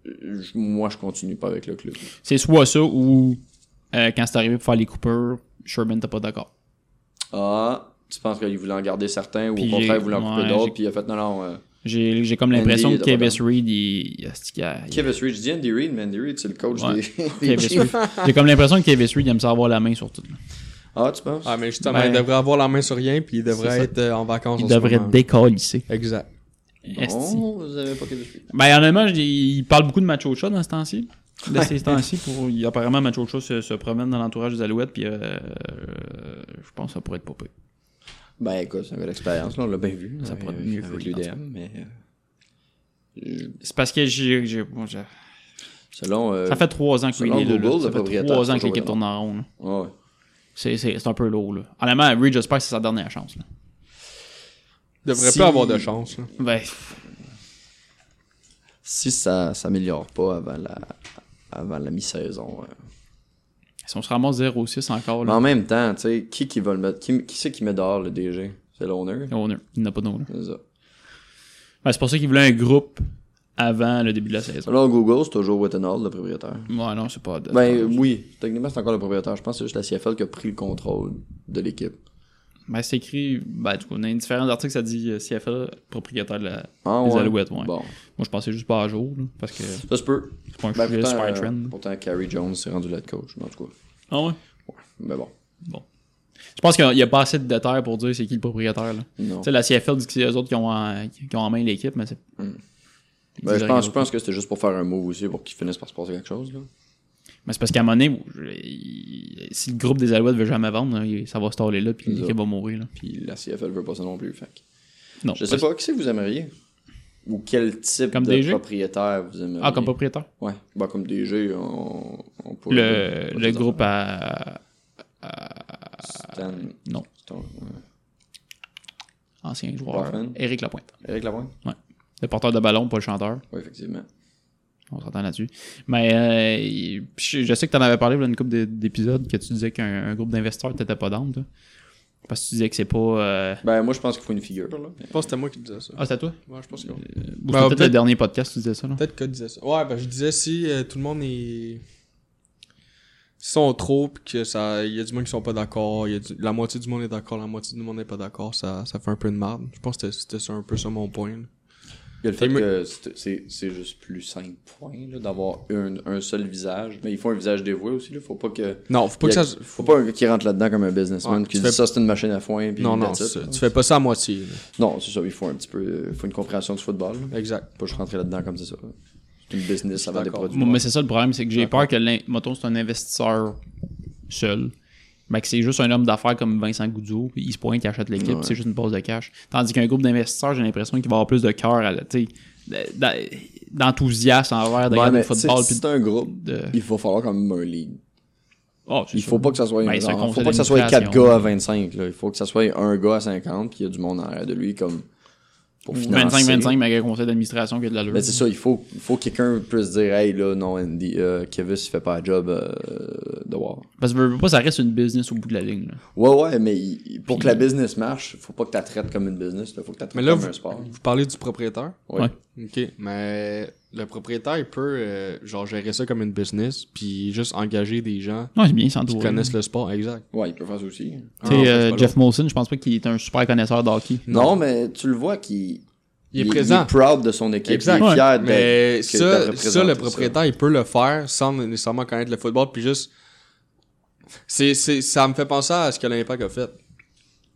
je- moi je continue pas avec le club.
C'est soit ça ou euh, quand c'est arrivé pour faire les coupures, Sherman t'es pas d'accord.
Ah, tu penses qu'il voulait en garder certains, ou
Puis
au
j'ai-
contraire, il voulait en couper
ouais, j'ai-
d'autres, puis il a fait non, non. Euh,
J'ai, j'ai comme
Andy,
l'impression que
t'as pas
Kevin
d'accord.
Reed, il. il- asti qu'il a- il-
Kevis Reed, je dis Andy Reid, mais Andy Reid, c'est le coach
Ouais.
des, des
Kevin
Chiefs.
Reed. J'ai comme l'impression que Kevin Reed, il aime ça avoir la main sur tout. là.
Ah, tu penses
Ah, mais justement,
Ben,
il devrait avoir la main sur rien, puis il
c'est
devrait
ça.
être euh, en vacances.
Il
en ce
devrait
moment.
décalisser.
Exact.
Esti.
Non, vous avez pas Kevis Reed.
Ben, honnêtement, je- il parle beaucoup de Macho Chat dans ce temps-ci. De ces temps-ci, pour, il- apparemment, Macho Chat se, se promène dans l'entourage des Alouettes, puis euh, euh, je pense que ça pourrait être popé.
Ben écoute, c'est une belle expérience, là, on l'a bien vu.
Ça pourrait être
avec,
mieux
avec
foutu, en tout
l'UDM, mais. euh,
C'est parce que j'ai. j'ai- bon, j'ai-
Selon. euh,
ça fait trois ans que
selon
il est là, là. Ça
Google, le
fait
propriétaire,
trois ans que
toujours
l'équipe
là.
tourne en rond. là.
ouais.
C'est, c'est, c'est un peu lourd. Là. Honnêtement, Reed, j'espère que c'est sa dernière chance. Là.
Il devrait
Si-
pas avoir de chance. là.
Ben,
si ça s'améliore pas avant la, avant la mi-saison. hein.
si on se ramasse 0-6 encore,
Mais
là,
en même temps, tu sais, qui, qui va le mettre Qui, qui c'est qui met dehors le DG C'est l'owner.
on a- il n'a pas de nom. là.
C'est ça.
Ben, c'est pour ça qu'il voulait un groupe avant le début de la saison.
Selon Google, c'est toujours Wettenhall, le propriétaire.
Ouais, non, c'est pas.
Ben oui, techniquement, c'est encore le propriétaire. Je pense que c'est juste la CFL qui a pris le contrôle de l'équipe.
Ben, c'est écrit. Ben, en tout cas, on a différents articles, ça dit euh, CFL, propriétaire de la.
Ah,
Les Alouettes, ouais.
Bon,
Moi, je pensais juste pas à jour, là, parce que
ça se peut.
c'est pas un
Ben,
sujet
pourtant,
super
euh,
trend.
pourtant, Carrie Jones s'est rendu là de coach, mais en tout cas.
Ah ouais?
Mais bon,
Bon. Je pense qu'il y a pas assez de détails pour dire c'est qui le propriétaire. Là. Tu
non.
sais, la CFL dit que c'est eux autres qui ont en, qui ont en main l'équipe, mais c'est. Ils
Hmm. Ben, je
disent
pense,
rien.
je pense que c'était juste pour faire un move aussi, pour qu'il finisse par se passer quelque chose. Là.
Mais c'est parce qu'à un moment donné, je- si le groupe des Alouettes veut jamais vendre, là, ça va se taler là, puis
C'est ça.
l'équipe va mourir. Là.
Puis la CFL veut pas ça non plus. Fait. que-
Non,
Je sais pas, qui c'est que vous aimeriez Ou quel type
Comme
de
DG?
propriétaire vous aimeriez
Ah, comme propriétaire.
Ouais, bah, comme DG, on, on pourrait.
Le,
on
le
peut
groupe à.
dire Stan-
Non,
Stan- ouais.
ancien joueur.
Hoffman.
Eric Lapointe.
Eric Lapointe
Le porteur de ballon, pas le chanteur.
Oui, effectivement.
On s'entend là-dessus. Mais euh, il- puis je, je sais que t'en avais parlé dans une couple d'é- d'épisodes que tu disais qu'un un groupe d'investisseurs t'étais pas d'âme, toi. Parce que tu disais que c'est pas. euh,
Ben, moi, je pense qu'il faut une figure, là.
Je pense que c'était moi qui disais ça.
Ah, c'est à toi?
Ouais, je pense que
Ou
Ben,
c'était peut-être le
peut-être-
dernier podcast que tu disais ça, là.
Peut-être que disait ça. Ouais, ben je disais si euh, tout le monde est. S'ils sont trop, pis que ça, il y a du monde qui sont pas d'accord, il y a du- la moitié du monde est d'accord, la moitié du monde n'est pas d'accord, ça, ça fait un peu de marde. Je pense que c'était- c'était ça un peu ça mon point. là.
Il y a le fait
Et moi-
que c'est- c'est c'est juste plus simple point là, d'avoir un, un seul visage. Mais il faut un visage dévoué aussi. Il faut pas que.
Non, faut pas que
il y a-
ça, se-
Faut pas un gars qui rentre là-dedans comme un businessman
Ouais,
qui
tu
dit
fais-
ça c'est une machine à foin. Puis
non, non,
that's it.
c'est- tu fais pas ça à moitié. là.
Non, c'est ça. Il faut un petit peu. Il faut une compréhension du football. là.
Exact.
Pas juste rentrer là-dedans comme c'est ça. C'est une business, ça vend des
d'accord.
produits.
Moi, mais c'est ça le problème, c'est que j'ai peur que l'in- mettons, c'est un investisseur seul. mais que c'est juste un homme d'affaires comme Vincent Goudzou, puis il se pointe, il achète l'équipe, puis c'est juste une pause de cash. Tandis qu'un groupe d'investisseurs, j'ai l'impression qu'il va avoir plus de cœur, à la- tu sais, d'a- d'enthousiasme envers de
Ouais,
regarder le
mais tu sais,
football.
si
puis
c'est un groupe,
de-
il faut falloir quand même un lead.
Ah, c'est
Il
sûr.
faut pas que ça soit
Ben,
un
c'est un
genre, faut
conseil
pas que ça soit quatre
d'administration.
gars à 25 là. il faut que ça soit un gars à 50 puis il y a du monde en arrière de lui comme pour financer.
25-25, mais avec un conseil d'administration qui a de l'allure.
Mais c'est ça, il faut, il faut que quelqu'un puisse dire hey là non Andy euh, Kevin il fait pas le job euh, de voir.
Parce que veux, veux pas, ça reste une business au bout de la ligne. là.
Ouais ouais, mais il- pour que la business marche, faut pas que tu la traites comme une business, là. faut que tu la
Mais
traites
là,
comme
vous,
un sport.
vous parlez du propriétaire.
Ouais.
Ouais.
Ok. Mais le propriétaire, il peut, euh, genre, gérer ça comme une business, puis juste engager des gens
Non, c'est bien, sans
qui
doute.
connaissent le sport. Exact.
Ouais, il peut faire ça aussi.
Tu
Ah,
sais, euh,
c'est pas
Jeff Molson, je pense pas qu'il est un super connaisseur d'hockey.
Non, mais tu le vois qu'il
Il est présent.
proud de son équipe,
Exact.
il euh, est fier
Mais
d'être- que- d'être
ça, ça, le
représenté,
propriétaire, il peut le faire sans nécessairement connaître le football, puis juste. C'est, c'est, ça me fait penser à ce que l'Impact a fait.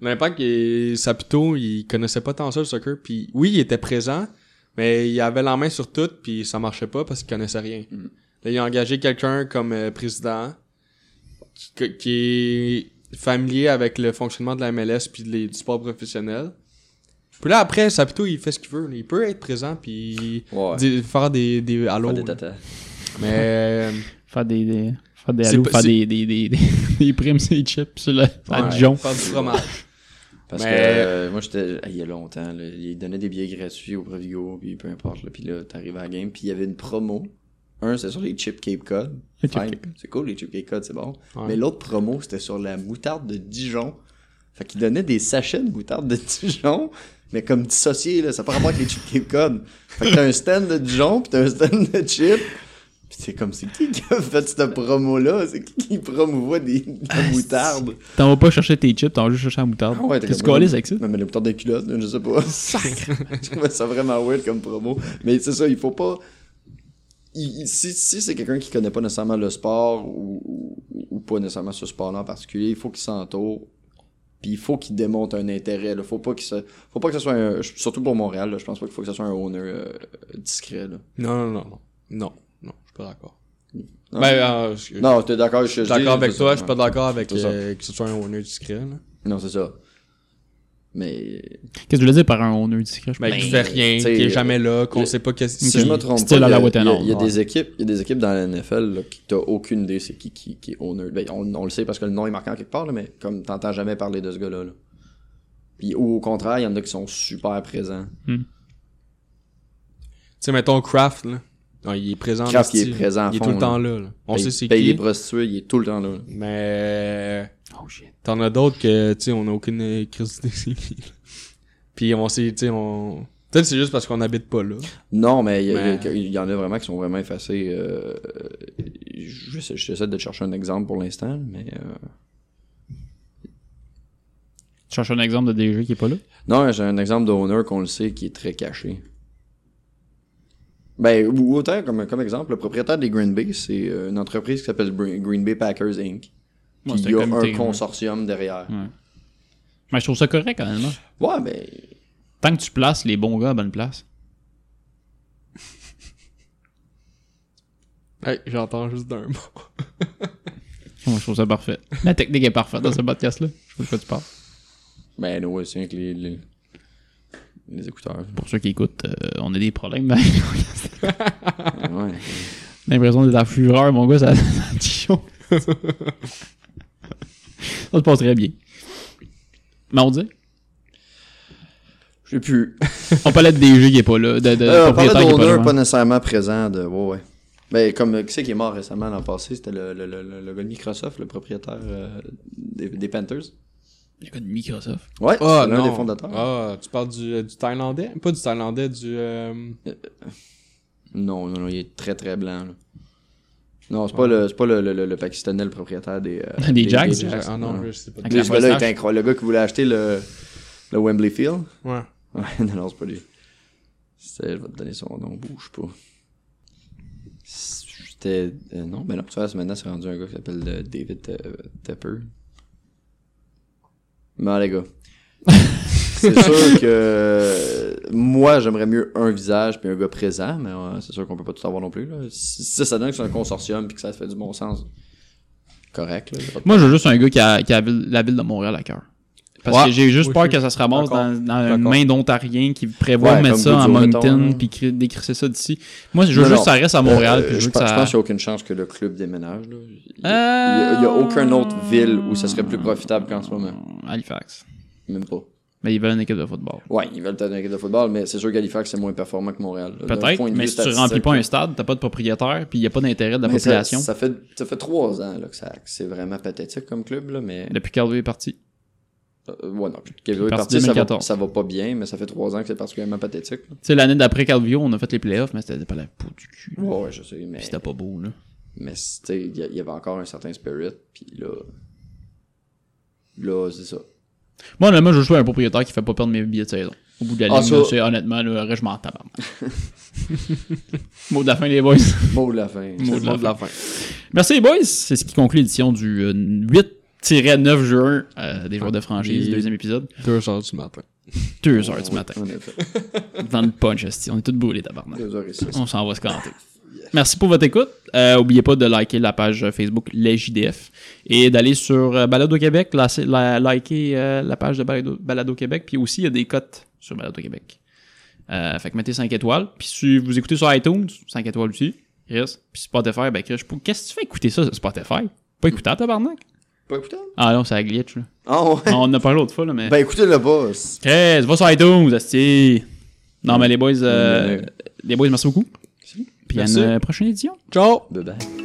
L'Impact, il- Saputo, il connaissait pas tant ça le soccer, puis oui, il était présent, mais il avait la main sur tout, puis ça marchait pas parce qu'il connaissait rien.
Mm.
Là, il a engagé quelqu'un comme euh, président qui, qui est familier avec le fonctionnement de la MLS puis de les- du sport professionnel. Puis là, après, Saputo, il fait ce qu'il veut. là. Il peut être présent puis
Ouais.
di- faire des, des halos,
Faire des
là.
tatas.
Mais euh,
Faire des, des, faire des
C'est
halos,
pas-
faire
c'est-
des, des, des, des, des primes, des chips sur le, à
ouais,
Dijon.
faire du fromage.
Parce
Mais-
que euh, moi, j'étais. ah, Il y a longtemps, là, il donnait des billets gratuits au Provigo, puis peu importe. Là, puis là, t'arrives à la game, puis il y avait une promo. Un, c'était sur les chips Cape Cod.
Les Chip
Fine, C'est cool, les chips Cape Cod, c'est bon.
Ouais.
Mais l'autre promo, c'était sur la moutarde de Dijon. Fait qu'il donnait des sachets de moutarde de Dijon, mais comme dissocié, là, ça n'a pas rapport avec les chips Cape Cod. Fait que t'as un stand de Dijon, puis t'as un stand de chips. Puis c'est comme, c'est qui qui a fait cette promo-là? C'est qui qui promouvoit des, de la moutarde?
T'en vas pas chercher tes chips, t'en vas juste chercher la moutarde.
Ah ouais, t'es
T'es-tu
comme-
collé avec ça?
Non, mais le temps des culottes, là, je sais pas. je trouvais ça vraiment weird comme promo. Mais c'est ça, il faut pas. il- il- si si c'est quelqu'un qui connaît pas nécessairement le sport ou, ou- ou pas nécessairement ce sport-là en particulier, il faut qu'il s'entoure. Puis il faut qu'il démontre un intérêt. Là. Faut pas qu'il se... faut pas que ce soit un... Surtout pour Montréal, là, je pense pas qu'il faut que ce soit un owner euh, discret. Là.
Non, non, non, non. Non, non, je suis pas d'accord.
Non,
Ben, euh, je-
non t'es d'accord, je,
je suis d'accord avec toi, je suis pas d'accord avec
C'est ça.
euh, que ce soit un honneur discret. Là.
Non, c'est ça. Mais
Qu'est-ce que tu voulais dire par un honneur discret? Je
Mais
pense?
qui fait rien,
tu
qui
sais,
est
euh,
jamais là, qu'on
le-
sait pas qu'est-ce
Si je me trompe
Style
pas,
à
il y
la
a,
Waterloo.
il y a- il y a
Ouais.
des équipes, il y a des équipes dans la NFL là, qui t'as aucune idée c'est qui qui, qui est owner. Ben, on, on le sait parce que le nom est marquant quelque part, là, mais comme t'entends jamais parler de ce gars-là. là. Puis ou au contraire, il y en a qui sont super présents.
Tu sais, mettons Kraft, là. Non, il est présent.
Kraft,
là,
il est
style.
présent à
Il est
fond,
tout le
là.
temps là. là. On
Paye-
sait c'est
paye
qui.
les prostituées, il est tout le temps là. là.
Mais euh,
Oh shit.
t'en as d'autres que, tu sais, on a aucune euh, crise de c'est qui, là. Puis on sait, tu sais, on. Peut-être c'est juste parce qu'on habite pas là.
Non, mais il y, a-
Mais-
il y a- il y en a vraiment qui sont vraiment effacés. euh, euh, je- J'essaie de chercher un exemple pour l'instant, mais euh,
Tu cherches un exemple de DG qui est pas là?
Non, j'ai un exemple d'owner qu'on le sait qui est très caché. Ben, ou autant comme, comme exemple, le propriétaire des Green Bay, c'est euh, une entreprise qui s'appelle Br- Green Bay Packers Inc. Puis
Ouais,
il
c'est
y a
un comité,
un
ouais.
consortium derrière.
Ouais. Mais je trouve ça correct quand même.
Ouais, ben,
Tant que tu places les bons gars à bonne place.
Hey, j'entends juste d'un mot.
Moi, je trouve ça parfait. La technique est parfaite dans ce podcast-là. Je sais pas de quoi tu parles.
ben, nous aussi, avec les, les, les écouteurs.
Pour ceux qui écoutent, euh, on a des problèmes. dans les podcasts.
ouais.
J'ai l'impression d'être la fureur, mon gars, ça ça dit chaud. Ça se passe très bien. Mais on dit,
Je sais plus.
on parlait de DG qui est pas là, de, de
Euh, on parlait
propriétaire qui est pas là.
d'owner pas
hein.
nécessairement présent de. Ouais, ouais. Ben, comme euh, qui c'est qui est mort récemment l'an passé, c'était le, le, le, le- le gars de Microsoft, le propriétaire euh, des, des Panthers.
Le gars de Microsoft.
Ouais,
Ah,
c'est l'un
non.
des fondateurs.
Ah, tu parles du, du Thaïlandais Pas du Thaïlandais, du. euh,
Non, non, non, il est très très blanc. là. Non, c'est pas, le, c'est pas le, le- le- le Pakistanais, le propriétaire des. euh,
Des Jags?
Des Jags. Ah non,
Ouais.
je sais pas.
Avec
Lui,
la
ce gars-là est
moustache.
incroyable. Le gars qui voulait acheter le, le Wembley Field.
Ouais.
Ouais, non, non, c'est pas lui. C'était, je vais te donner son nom, bouge pas. C'était. euh, non, ben non, tu vois, maintenant, c'est rendu un gars qui s'appelle euh, David euh, Tepper. Bon, les gars. c'est sûr que euh, moi, j'aimerais mieux un visage puis un gars présent, mais euh, c'est sûr qu'on peut pas tout avoir non plus. Là. Si si ça donne que c'est un consortium puis que ça fait du bon sens, correct. Là, j'ai pas de-
Moi, j'ai juste un gars qui a, qui a la ville- la ville de Montréal à cœur. Parce que j'ai juste
Oui,
peur
oui.
que ça se ramasse
D'accord.
dans, dans une
D'accord.
main d'Ontarien qui prévoit
Ouais,
de mettre
comme
ça en
Goodyear,
Moncton
mettons. hein.
puis cré- décrisser ça d'ici. Moi, je veux juste
Non, non.
que ça reste à Montréal.
Euh,
puis je
je,
veux
pe-
que
je
ça-
pense qu'il n'y a aucune chance que le club déménage. là. Il n'y
Euh,
a, il y a aucune autre ville où ça serait plus profitable qu'en ce moment.
Halifax.
Même pas.
Mais ils veulent une équipe de football.
Ouais, ils veulent peut-être une équipe de football, mais c'est sûr qu'Halifax c'est moins performant que Montréal. là. D'un
Peut-être,
point de
mais
vue
si tu
statistique,
remplis pas
là.
un stade, t'as pas de propriétaire, puis il n'y a pas d'intérêt de la
Mais ça-
population.
Ça, fait, ça fait trois ans là, que, ça- que c'est vraiment pathétique comme club, là, mais.
Depuis qu'Hervé est parti.
Euh, ouais, non, Calgary
Parti
est parti, ça va,
2014.
ça va pas bien, mais ça fait trois ans que c'est particulièrement pathétique.
Tu
là.
sais, l'année d'après Calvio, on a fait les playoffs, mais c'était pas la peau du cul. là.
Ouais, ouais, je sais, mais.
Puis c'était pas beau, là.
Mais tu sais, il y, a- il y avait encore un certain spirit, puis là. Là, c'est ça.
Moi, honnêtement, je veux jouer un propriétaire qui fait pas perdre mes billets de saison. Au bout de la
Ah,
ligne,
ça-
là, c'est- honnêtement, le reste, je m'en tabarne. Mot de la fin, les boys.
Mot de la fin.
Mot
C'est
de
le
la Merci, les boys. C'est ce qui conclut l'édition du euh, 8-9 juin euh,
Ah,
des joueurs de franchise,
Et-
deuxième épisode.
2h du matin.
2 heures du matin.
En effet.
Dans le punch, esti. on est tous brûlés, tabarnak.
Deux heures et six.
On s'en va se canter. Merci pour votre écoute. Euh, oubliez pas de liker la page euh, Facebook Les JDF et d'aller sur euh, Balado Québec, la, la- liker euh, la page de Balado, Balado Québec. Puis aussi, il y a des cotes sur Balado Québec. Euh, fait que mettez 5 étoiles. Puis si vous écoutez sur iTunes, 5 étoiles aussi. Chris. Puis Spotify, ben Chris, pour- qu'est-ce que tu fais écouter ça sur Spotify? Pas écoutable, tabarnak?
Pas écoutable?
Ah non, ça glitch, là.
Ah ouais.
On en a parlé l'autre fois, là, mais...
Ben écoutez le boss.
Chris, va sur iTunes, asti. Non, mais les boys, euh,
Mm.
les boys, merci beaucoup. Puis à
Merci.
une euh, prochaine édition.
Ciao!
Bye bye.